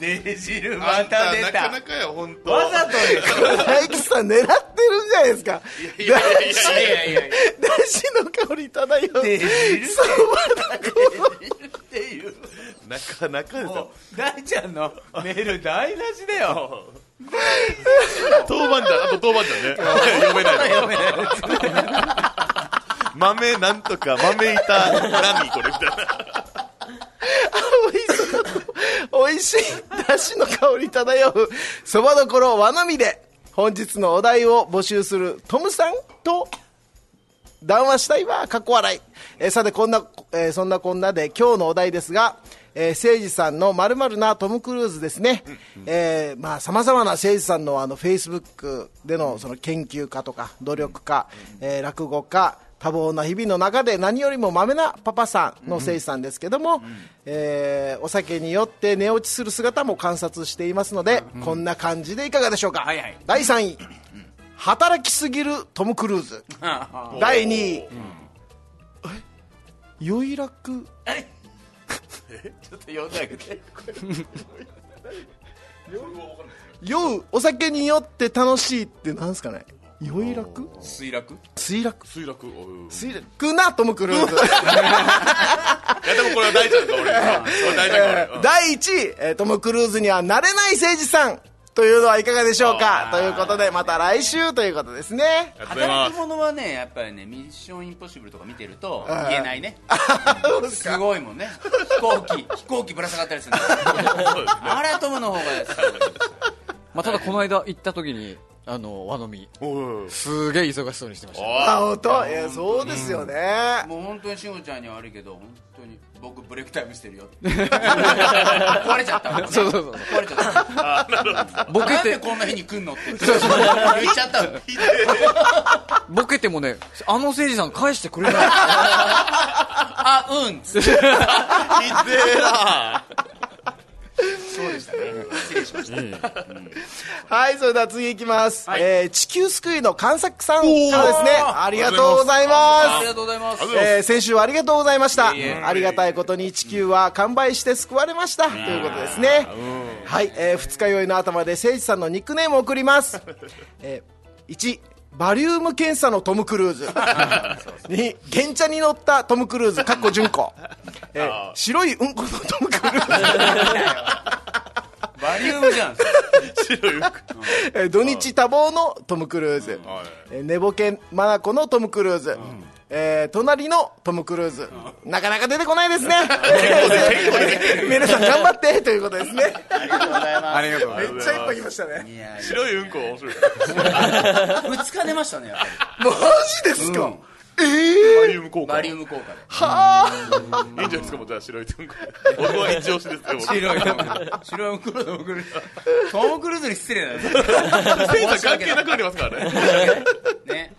[SPEAKER 5] デジル
[SPEAKER 2] あ
[SPEAKER 5] ま
[SPEAKER 2] ん
[SPEAKER 5] た
[SPEAKER 2] た
[SPEAKER 5] 出
[SPEAKER 2] なかな
[SPEAKER 5] た
[SPEAKER 2] かよ本当
[SPEAKER 5] わざとで
[SPEAKER 3] 大吉さん狙ってるんじゃないですか
[SPEAKER 2] いやいやいやいや
[SPEAKER 5] いやいやいや
[SPEAKER 3] 出汁の香り漂う
[SPEAKER 5] 出汁
[SPEAKER 3] そばだこ
[SPEAKER 5] っていう
[SPEAKER 2] なかなかですよ
[SPEAKER 5] もう大ちゃんのメール台無しだよ
[SPEAKER 2] 豆板醤あと豆板醤ね読めない
[SPEAKER 5] 読めない
[SPEAKER 2] 豆なんとか豆板何これみたいな
[SPEAKER 3] 美味しい出汁の香り漂うそばどころわなみで本日のお題を募集するトムさんと談話したいわかっこ笑い、えーさてこんな、えーそんなこんなで今日のお題ですがえー、誠司さんのまるなトム・クルーズですね、えーまあさまざまな誠司さんのあのフェイスブックでのその研究家とか努力家、えー落語家多忙な日々の中で何よりもまめなパパさんの誠司さんですけども、えーお酒によって寝落ちする姿も観察していますので、こんな感じでいかがでしょうか、
[SPEAKER 5] はいはい
[SPEAKER 3] 第3位働きすぎるトム・クルーズ第2位えよいらく
[SPEAKER 5] ちょっと読んだけど
[SPEAKER 3] 酔うお酒に酔って楽しいってなんですかね酔い楽
[SPEAKER 5] 水落
[SPEAKER 3] 墜落
[SPEAKER 2] 墜落おう
[SPEAKER 3] 墜落なトム・クルーズ
[SPEAKER 2] いやでもこれは大丈夫か俺これ大丈夫か俺う
[SPEAKER 3] (laughs)
[SPEAKER 2] ん
[SPEAKER 3] 第1位えートム・クルーズにはなれない誠司さんというのはいかがでしょうかということでまた来週ということですね
[SPEAKER 2] ありがとうございま
[SPEAKER 5] 働
[SPEAKER 2] す
[SPEAKER 5] き者はねやっぱりねミッションインポッシブルとか見てると言えないねすごいもんね飛行機飛行機ぶら下がったりするんだよあれはトムの方がすごい
[SPEAKER 6] まあ、ただこの間行った時にあの和飲み
[SPEAKER 2] おう
[SPEAKER 6] すげえ忙しそうにしてました
[SPEAKER 3] あ本当いやそうですよね
[SPEAKER 5] もう本当にしごちゃんには悪いけど本当に僕ブレイクタイムしてるよ (laughs) 壊れちゃったもんね
[SPEAKER 6] そうそうそう
[SPEAKER 5] 壊れちゃった
[SPEAKER 6] ボケ
[SPEAKER 5] なんで
[SPEAKER 6] て
[SPEAKER 5] こんな日に来んのって言っちゃったの
[SPEAKER 6] ボケてもねあの誠司さん返してくれない
[SPEAKER 5] あうんっつって
[SPEAKER 2] ひでえな
[SPEAKER 5] そうでしたね失礼しました
[SPEAKER 3] はいそれでは次いきます、えー地球救いの観作さんからですねありがとうございます
[SPEAKER 5] ありがとうございます
[SPEAKER 3] えー先週はありがとうございました、
[SPEAKER 5] いえいえ
[SPEAKER 3] ありがたいことに地球は完売して救われました、ということですね、はい、えー二日酔いの頭で誠司さんのニックネームを送り
[SPEAKER 5] (laughs)
[SPEAKER 3] ます、えー1バリウム検査のトム・クルー
[SPEAKER 5] (laughs)
[SPEAKER 3] ズ2原茶に乗ったトム・クルーズかっこ純
[SPEAKER 5] (laughs)
[SPEAKER 3] 子、えー白いうんこのトム・クルーズ
[SPEAKER 5] バリウムじゃん
[SPEAKER 2] 白い服
[SPEAKER 3] えー (laughs) 土日多忙のトム・クルーズ、
[SPEAKER 2] はい
[SPEAKER 3] えー寝ぼけまなこのトム・クルーズ、えー隣のトム・クルーズ、なかなか出てこないです
[SPEAKER 2] (laughs)
[SPEAKER 3] ね皆さん頑張ってということですね
[SPEAKER 5] ありがとうございます
[SPEAKER 6] ありがとうござい
[SPEAKER 3] めっちゃいっぱい来ましたね
[SPEAKER 5] いやい
[SPEAKER 2] 白いうんこは面白い
[SPEAKER 5] や2日出ましたねやっぱり
[SPEAKER 3] マジですか、
[SPEAKER 5] うん
[SPEAKER 2] バリウム効果
[SPEAKER 5] バ
[SPEAKER 2] い
[SPEAKER 5] リ
[SPEAKER 2] い
[SPEAKER 5] ウ
[SPEAKER 2] ん
[SPEAKER 5] ム効果で
[SPEAKER 2] じゃないですかもうじゃあ白いうんこ俺は一押しですよ僕
[SPEAKER 5] 白いトム白いトムクルーズトムクルーズに失礼だね
[SPEAKER 2] センサー関係なくなりますからね
[SPEAKER 5] ね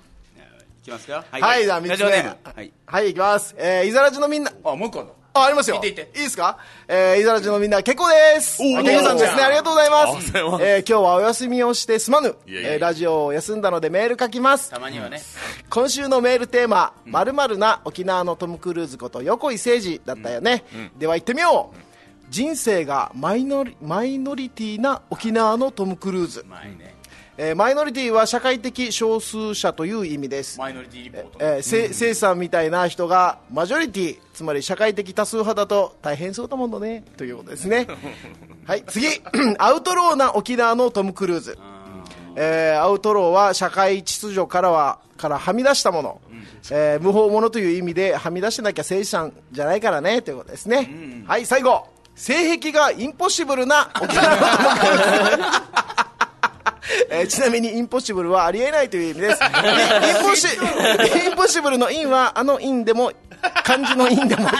[SPEAKER 5] いきますかは
[SPEAKER 3] はいじゃあ
[SPEAKER 5] ラ
[SPEAKER 3] 3つ
[SPEAKER 5] ジオネーム
[SPEAKER 3] 目
[SPEAKER 5] はい
[SPEAKER 3] はいいきますえーいざらじのみんな
[SPEAKER 5] あもう一個あるの
[SPEAKER 3] あありますよ
[SPEAKER 5] いていて
[SPEAKER 3] いですかえーいざらじのみんな結構です
[SPEAKER 2] おー
[SPEAKER 3] あけこさんですねありがとうござい
[SPEAKER 2] ありがとうござい
[SPEAKER 3] ま
[SPEAKER 2] ますす
[SPEAKER 3] えー今日はお休みをしてすまぬ
[SPEAKER 2] いえいえ
[SPEAKER 3] えーラジオを休んだのでメール書きます
[SPEAKER 5] たまにはね
[SPEAKER 3] 今週のメールテーマ「まるな沖縄のトム・クルーズこと横井誠二」だったよね、では行ってみよう、人生がマイノリマイノリティな沖縄のトム・クルーズ、
[SPEAKER 5] 前ね
[SPEAKER 3] えーマイノリティは社会的少数者という意味です
[SPEAKER 5] マイノリティリポート
[SPEAKER 3] えー、せせいさんみたいな人がマジョリティつまり社会的多数派だと大変そうだものねということです (laughs) ねはい次 (clears throat) アウトローな沖縄のトム・クルーズえーアウトローは社会秩序からはからはみ出したもの、えー無法者という意味ではみ出してなきゃ正社んじゃないからねということですね、はい最後性癖がインポッシブルな沖縄 (laughs) のトム・クルーズえーちなみにインポッシブルはありえないという意味です。インポッシインポッシブルのインはあのインでも漢字のインでもいい。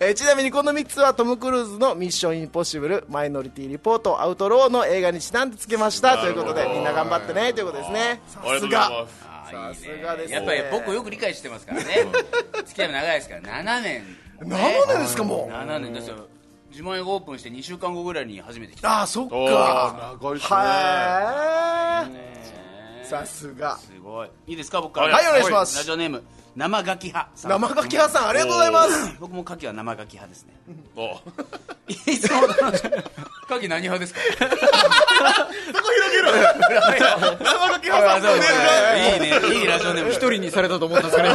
[SPEAKER 3] えーちなみにこの3つはトム・クルーズの「ミッション・インポッシブル」「マイノリティ・リポート」「アウトロー」の映画にちなんでつけましたということでみんな頑張ってねということですねさ
[SPEAKER 2] ありがとう
[SPEAKER 3] す
[SPEAKER 2] ござい
[SPEAKER 3] が
[SPEAKER 2] ます
[SPEAKER 5] あいいね
[SPEAKER 3] さすがですね
[SPEAKER 5] やっぱり僕をよく理解してま
[SPEAKER 3] (laughs)
[SPEAKER 5] すからね付き合いも長いですから7年
[SPEAKER 3] 何年ですかもう
[SPEAKER 5] 7年ですよ自前がオープンして2週間後ぐらいに初めて来た
[SPEAKER 3] ああそっ
[SPEAKER 2] お
[SPEAKER 3] か
[SPEAKER 2] ー長いっすね
[SPEAKER 3] は
[SPEAKER 5] ね
[SPEAKER 3] いさすが
[SPEAKER 5] すごいいいですか僕から
[SPEAKER 3] はいお願いします
[SPEAKER 5] ラジオネーム生ガキ派さん
[SPEAKER 3] 生ガキ屋さんありがとうございます
[SPEAKER 5] 僕もカキは生ガキ派ですね
[SPEAKER 2] おう
[SPEAKER 5] (laughs) いつも楽しいカキ何派ですか
[SPEAKER 2] 生ガキ挟んでね
[SPEAKER 5] あそうですねいいねいいラジオネーム
[SPEAKER 6] 一人にされたと思ったんです
[SPEAKER 5] (laughs)
[SPEAKER 6] かね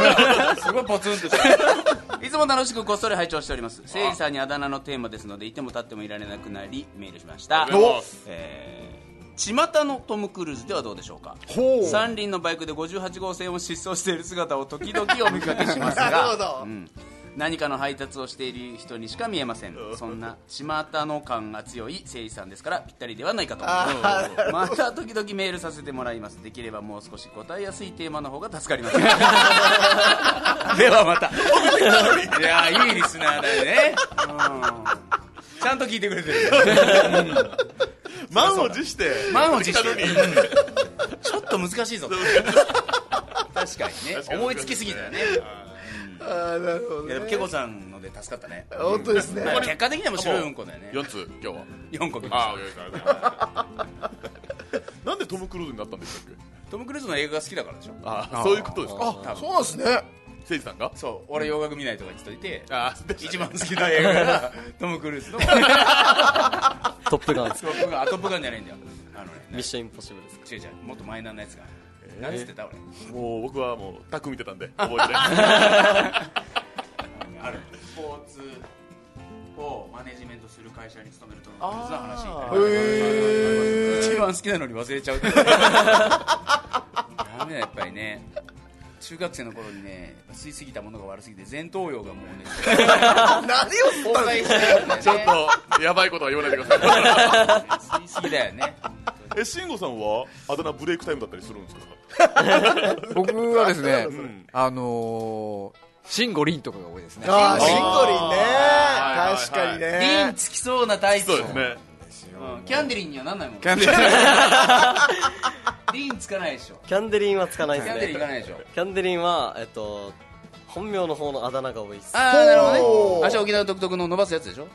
[SPEAKER 5] すごいポツンとしていつも楽しくこっそり拝聴しております誠司さんにあだ名のテーマですのでいても立ってもいられなくなりメールしました
[SPEAKER 2] りがとうございます
[SPEAKER 5] えー巷のトム・クルーズではどうでしょうか三輪のバイクで58号線を疾走している姿を時々お見かけしますが、うん何かの配達をしている人にしか見えませんそんな島田の感が強い誠司さんですからぴったりではないかと
[SPEAKER 3] あー
[SPEAKER 5] また時々メールさせてもらいますできればもう少し答えやすいテーマの方が助か (laughs) りますではまた (laughs) いやーいいリスナーだよね、うんちゃんと聞いてく (laughs) れてる
[SPEAKER 2] 満を持して
[SPEAKER 5] (laughs) 満を持して
[SPEAKER 2] 送ってき
[SPEAKER 5] ちょっと難しいぞ確かにね
[SPEAKER 2] 確かに
[SPEAKER 5] 思いつきすぎたよね
[SPEAKER 3] あーなるほど
[SPEAKER 5] いやでも
[SPEAKER 3] ね
[SPEAKER 5] ケコさんので助かったね
[SPEAKER 3] 本当ですね
[SPEAKER 5] まあ結果的にはもう白いうんこだよね
[SPEAKER 2] 4つ今日は
[SPEAKER 5] 4個来ま
[SPEAKER 2] あ
[SPEAKER 5] し
[SPEAKER 2] あなんでトム・クルーズになったんでしたっけ
[SPEAKER 5] たトム・クルーズの映画が好きだからでしょ
[SPEAKER 2] ああそういうことですか
[SPEAKER 5] 多分
[SPEAKER 3] そうなんですね
[SPEAKER 2] せいじさんが
[SPEAKER 5] そう俺洋楽見ないとか言ってといて
[SPEAKER 2] ああで
[SPEAKER 5] 一番好きな映画 (laughs) がトム・クルーズのト
[SPEAKER 7] トップガンです
[SPEAKER 5] ップガンあトップガンじゃないんだよあのね
[SPEAKER 7] ミッションインポッシブルです
[SPEAKER 5] 違う違うもっとマイナーなやつが何つってた俺
[SPEAKER 2] もう僕はもうタック見てたんで覚えてない
[SPEAKER 5] あるスポーツをマネジメントする会社に勤めるとの話一番好きなのに忘れちゃうっていうダメだやっぱりね中学生の頃にねやっぱ吸いすぎたものが悪すぎて前頭葉がもうね
[SPEAKER 3] 何を
[SPEAKER 5] 崩壊しちゃうんだよ
[SPEAKER 2] (laughs)
[SPEAKER 5] ね
[SPEAKER 2] ちょっとやばいことは言わないでください
[SPEAKER 5] 吸いすぎだよね
[SPEAKER 2] え慎吾さんはあだ名ブレイクタイムだったりするんですか
[SPEAKER 6] 僕はです (laughs) ね、あのー、慎吾凛とかが多いですね。
[SPEAKER 3] ああシンゴリン
[SPEAKER 2] あー
[SPEAKER 3] ね確かに
[SPEAKER 5] リン
[SPEAKER 3] ね
[SPEAKER 5] つきそうな体操
[SPEAKER 2] そうですね
[SPEAKER 5] うんキャンデリンにはなんないもん
[SPEAKER 6] キャンディー
[SPEAKER 5] リンつかないでしょ
[SPEAKER 7] キャンデリンはつかない
[SPEAKER 5] キ
[SPEAKER 7] で
[SPEAKER 5] ャン
[SPEAKER 7] す
[SPEAKER 5] デリンいか
[SPEAKER 7] ね
[SPEAKER 5] ないでしょ
[SPEAKER 7] キャンデリンはえっと本名の方のあだ名が多いです
[SPEAKER 5] ああなるほど
[SPEAKER 3] ほう
[SPEAKER 5] ね足沖縄独特の伸ばすやつでしょ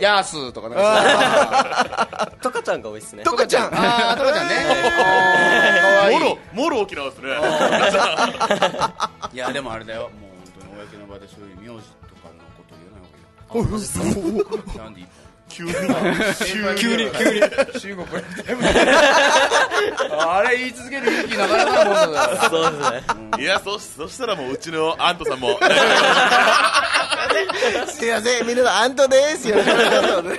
[SPEAKER 5] ヤースーとかなんか
[SPEAKER 7] トカちゃんが多いですね
[SPEAKER 3] トカちゃん
[SPEAKER 5] ああトカちゃんねあー可愛
[SPEAKER 2] も
[SPEAKER 5] い
[SPEAKER 2] ろもろ沖縄ですね
[SPEAKER 5] いやでもあれだよもう本当に公の場でそういう名字とかのこと言わない
[SPEAKER 3] おうそう
[SPEAKER 5] 方がいいなんでいい
[SPEAKER 2] 急に
[SPEAKER 5] 急に急に中国あれ言い続ける勇気なかなかのもんだから
[SPEAKER 7] そうですね
[SPEAKER 2] いやそそしたらもううちのアントさんも
[SPEAKER 3] すいませんみんなアントですよろしくお願いします
[SPEAKER 2] いやーで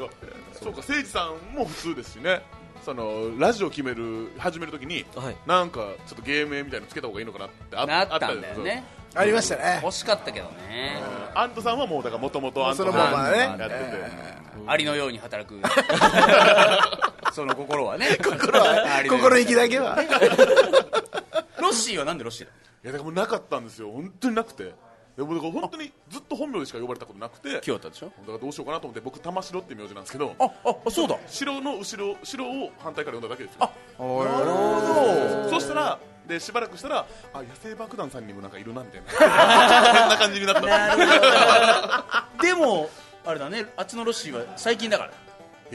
[SPEAKER 2] もそうか誠司さんも普通ですしねそのラジオ決める始めるときに、
[SPEAKER 7] はい
[SPEAKER 2] なんかちょっと芸名みたいなのつけた方がいいのかなってあ
[SPEAKER 5] なったんだよね
[SPEAKER 3] ありましたね
[SPEAKER 5] 惜しかったけどね
[SPEAKER 2] あったんですよアントさんはもうだからもともとアント
[SPEAKER 3] そ
[SPEAKER 2] さ
[SPEAKER 3] の
[SPEAKER 2] ん
[SPEAKER 3] ままね
[SPEAKER 2] やってて、
[SPEAKER 5] アリのように働くその心はね
[SPEAKER 3] 心は心意気だけは
[SPEAKER 5] ロッシーはなんでロッシーだ
[SPEAKER 2] いやだからもうなかったんですよ本当になくてでもだから本当にずっと本名でしか呼ばれたことなくてだか
[SPEAKER 5] 日だでしょ
[SPEAKER 2] らどうしようかなと思って僕玉城っていう名字なんですけど
[SPEAKER 5] ああそうだ
[SPEAKER 2] 城の後ろ城を反対から呼んだだけですよあ
[SPEAKER 6] おい
[SPEAKER 2] そしたらでしばらくしたらあ野生爆弾さんにもなんかいるなみたい
[SPEAKER 3] (laughs)
[SPEAKER 2] なそんな感じになったんですよ
[SPEAKER 5] でもあれだねあっちのロッシーは最近だから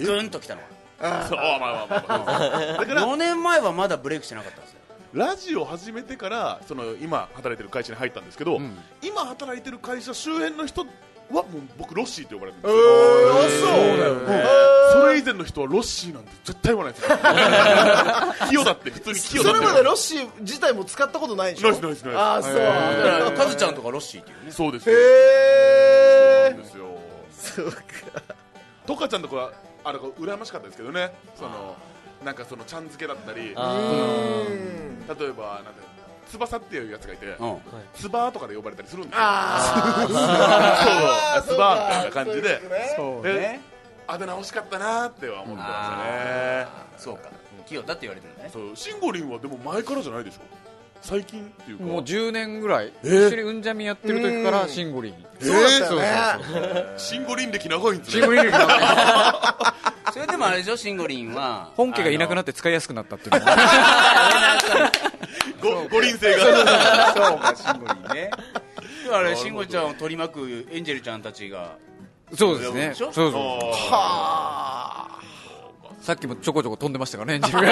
[SPEAKER 5] グーンと来たの
[SPEAKER 2] (laughs) そうまあまあまあまあだか
[SPEAKER 5] が
[SPEAKER 2] ら
[SPEAKER 5] 4年前はまだブレイクしてなかったんですよ
[SPEAKER 2] ラジオ始めてからその今働いてる会社に入ったんですけど、今働いてる会社周辺の人はもう僕ロッシーって呼ばれてるんですよ、それ以前の人はロッシーなんて絶対言わないですよ (laughs) キヨだって普通にキヨ
[SPEAKER 3] そ
[SPEAKER 2] だ
[SPEAKER 3] れ
[SPEAKER 2] って
[SPEAKER 3] までロッシー自体も使ったことないでしょ
[SPEAKER 2] ないですないですないです
[SPEAKER 3] ああそう
[SPEAKER 5] カズちゃんとかロッシーっていうね
[SPEAKER 2] そうです
[SPEAKER 3] へ
[SPEAKER 2] よ
[SPEAKER 3] え
[SPEAKER 2] そうですよ
[SPEAKER 3] そうか
[SPEAKER 2] トカちゃんとかはあれ羨ましかったですけどねそのなんかそのちゃん付けだったり例え
[SPEAKER 7] あ
[SPEAKER 2] ばなんて翼っていうやつがいて、
[SPEAKER 5] うん
[SPEAKER 2] つばとかで呼ばれたりするんですよ
[SPEAKER 3] あ
[SPEAKER 2] そうスバーみたいな感じで
[SPEAKER 3] そう
[SPEAKER 2] であだ名惜しかったなーっては思ってましたね
[SPEAKER 5] そうか清田って言われてるんだね
[SPEAKER 2] そうシンゴリンはでも前からじゃないでしょ最近っていうか
[SPEAKER 6] (laughs) もう10年ぐらい、
[SPEAKER 2] えー
[SPEAKER 6] 一緒にうんじゃみやってる時から慎吾凛。
[SPEAKER 3] そうだったよ
[SPEAKER 6] そう
[SPEAKER 3] ね
[SPEAKER 2] シンゴリン歴長いんです
[SPEAKER 6] 慎吾
[SPEAKER 2] ね
[SPEAKER 6] 凛よりも
[SPEAKER 5] それでもあれでしょシンゴリンは (laughs)
[SPEAKER 6] 本家がいなくな
[SPEAKER 5] っ
[SPEAKER 6] って使いやすくなったっていうのも
[SPEAKER 5] (laughs)
[SPEAKER 2] ご五輪生が
[SPEAKER 5] たそうかシンゴリンねでもあれシンゴちゃんを取り巻くエンジェルちゃんたちが
[SPEAKER 6] そうですね。
[SPEAKER 5] でしょ
[SPEAKER 6] そうそう。さっきもちょこちょこ飛んでましたからね、自分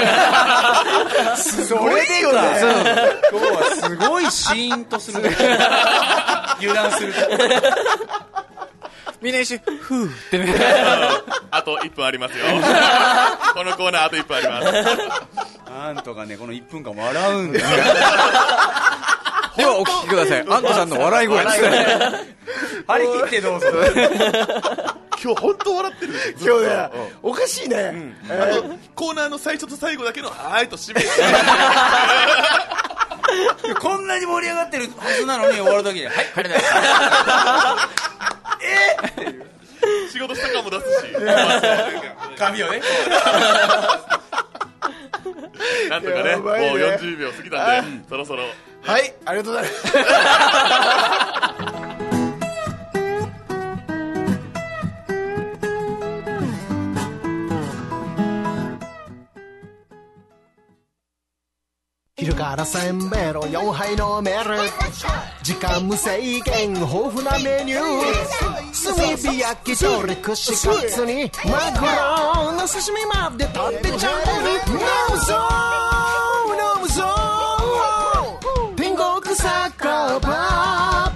[SPEAKER 6] が。
[SPEAKER 5] それでか今日はすごいシーンとするね (laughs) 油断する
[SPEAKER 6] みんな一緒に、ふーってね。
[SPEAKER 2] あと1分ありますよこのコーナーあと1分あります
[SPEAKER 5] なんとかねこの1分間笑うんだよ
[SPEAKER 6] ではお聞きください。アントさんの笑い声です。
[SPEAKER 5] 張り切ってどう (laughs) ぞ
[SPEAKER 2] 今日本当笑ってるでしょずっ
[SPEAKER 3] 今
[SPEAKER 2] と
[SPEAKER 3] 日ねおかしいね
[SPEAKER 2] あのコーナーの最初と最後だけの「はーい」と締め
[SPEAKER 5] こんなに盛り上がってるはずなのに終わる時に「はいありがとうございます」
[SPEAKER 2] 仕事した感も出すし
[SPEAKER 5] 髪をね
[SPEAKER 2] (laughs) なんとかね
[SPEAKER 1] や
[SPEAKER 2] もう
[SPEAKER 1] ばいね
[SPEAKER 2] 40秒過ぎたんでそろそろ
[SPEAKER 1] はいありがとうございます
[SPEAKER 13] 昼からせんべろ4杯飲める時間無制限豊富なメニュー炭火焼き鳥串カツにマグロの刺身まで食べちゃう飲むぞ飲むぞ天国サッカーパ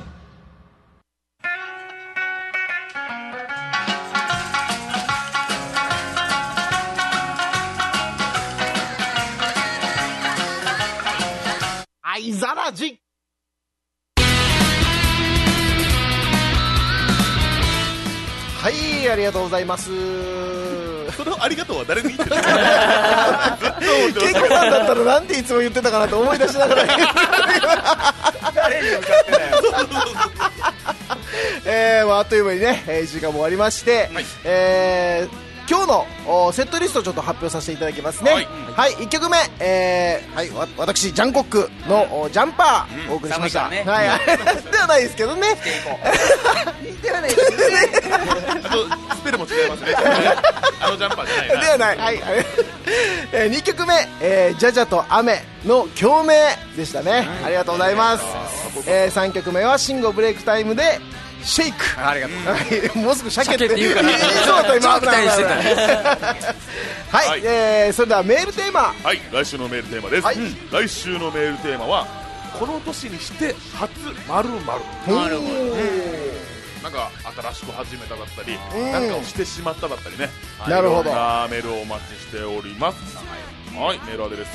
[SPEAKER 1] アイザラジはいありがとうございます
[SPEAKER 2] そのありがとうは誰に
[SPEAKER 1] (laughs)
[SPEAKER 2] 言ってる
[SPEAKER 1] 結構なんだったらなんでいつも言ってたかなと思い出しながらえーまあ、あっという間にねえー時間も終わりまして、えー今日のおセットリストをちょっと発表させていただきますね。はい、一1曲目、えーはい、わ私ジャンコックの、おジャンパーお送りしました。
[SPEAKER 5] 寒いか
[SPEAKER 1] はい、ではないですけどね。ではないですけどね。
[SPEAKER 2] あとスペルも違
[SPEAKER 1] (laughs)
[SPEAKER 2] いますねあのジャンパーじゃない
[SPEAKER 1] で
[SPEAKER 2] な
[SPEAKER 1] はない。はい、えー、2曲目、えージャジャと雨の共鳴でしたね。ありがとうございます。えー、3曲目はシンゴブレイクタイムで、シェイク。
[SPEAKER 6] ありがとう
[SPEAKER 1] はいもうすぐ鮭って
[SPEAKER 6] 鮭って言うから
[SPEAKER 1] そうだった今
[SPEAKER 6] 超期待してた
[SPEAKER 1] 危ない危ない危ないはい、
[SPEAKER 2] はい
[SPEAKER 1] えーそれではメールテーマ
[SPEAKER 2] はい来週のメールテーマです、
[SPEAKER 1] はい
[SPEAKER 2] うん来週のメールテーマはこの年にして初まるまる
[SPEAKER 1] なるほど
[SPEAKER 2] なんか新しく始めただったり、なんかをしてしまっただったりね、はい
[SPEAKER 1] なるほど
[SPEAKER 2] いろんなメールをお待ちしておりますはい、メールアドレス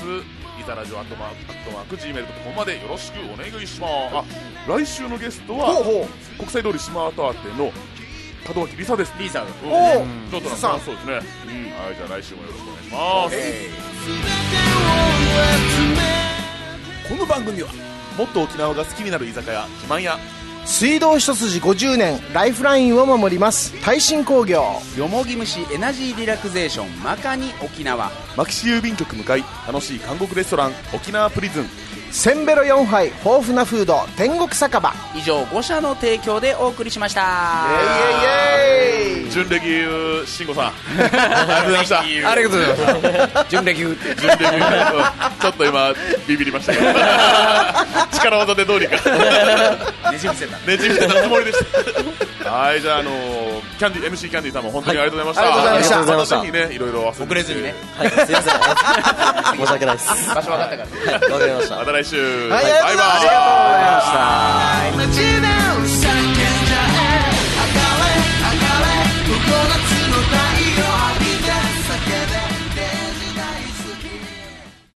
[SPEAKER 2] いたラジオアットマークアットマーク Gmail.com までよろしくお願いしますあ来週のゲスト
[SPEAKER 1] ほう
[SPEAKER 2] は
[SPEAKER 1] ほ
[SPEAKER 2] 国際通り島アートアーテの門脇梨沙です梨沙うん
[SPEAKER 1] おう
[SPEAKER 2] ちょっとなん
[SPEAKER 1] 梨沙さ
[SPEAKER 2] か
[SPEAKER 1] ん
[SPEAKER 2] そうですね、はいじゃあ来週もよろしくお願いしますこの番組はもっと沖縄が好きになる居酒屋自慢屋
[SPEAKER 1] う水道一筋50年ライフラインを守ります耐震工業
[SPEAKER 5] よもぎ虫エナジーリラクゼーションマカニ沖縄
[SPEAKER 2] 牧師郵便局向かい楽しい韓国レストラン沖縄プリズン
[SPEAKER 1] せんべろ4杯豊富なフード天国酒場
[SPEAKER 5] 以上5社の提供でお送りしました
[SPEAKER 1] イエイイエイ
[SPEAKER 2] 準レギュー慎吾さんありがとうございました
[SPEAKER 6] ありがとうございます。
[SPEAKER 2] 準
[SPEAKER 6] 純烈って。
[SPEAKER 2] レギューうんちょっと今ビビりましたけど力技でどうにか
[SPEAKER 5] ねじ伏せた
[SPEAKER 2] ねじ伏せたつもりでしたはいじゃあ、あのーキャンディ MC キャンディさんも本当にありがとうございました、
[SPEAKER 1] はいありが
[SPEAKER 7] とうございました
[SPEAKER 2] またぜひねいろいろ忘
[SPEAKER 5] 遅れずにね
[SPEAKER 7] はい、すいません申し訳ないです
[SPEAKER 5] 場所分かったから
[SPEAKER 7] わかりました
[SPEAKER 2] また来週、
[SPEAKER 1] はいありがとうございましたありがとうござい
[SPEAKER 2] バイバイ
[SPEAKER 1] ました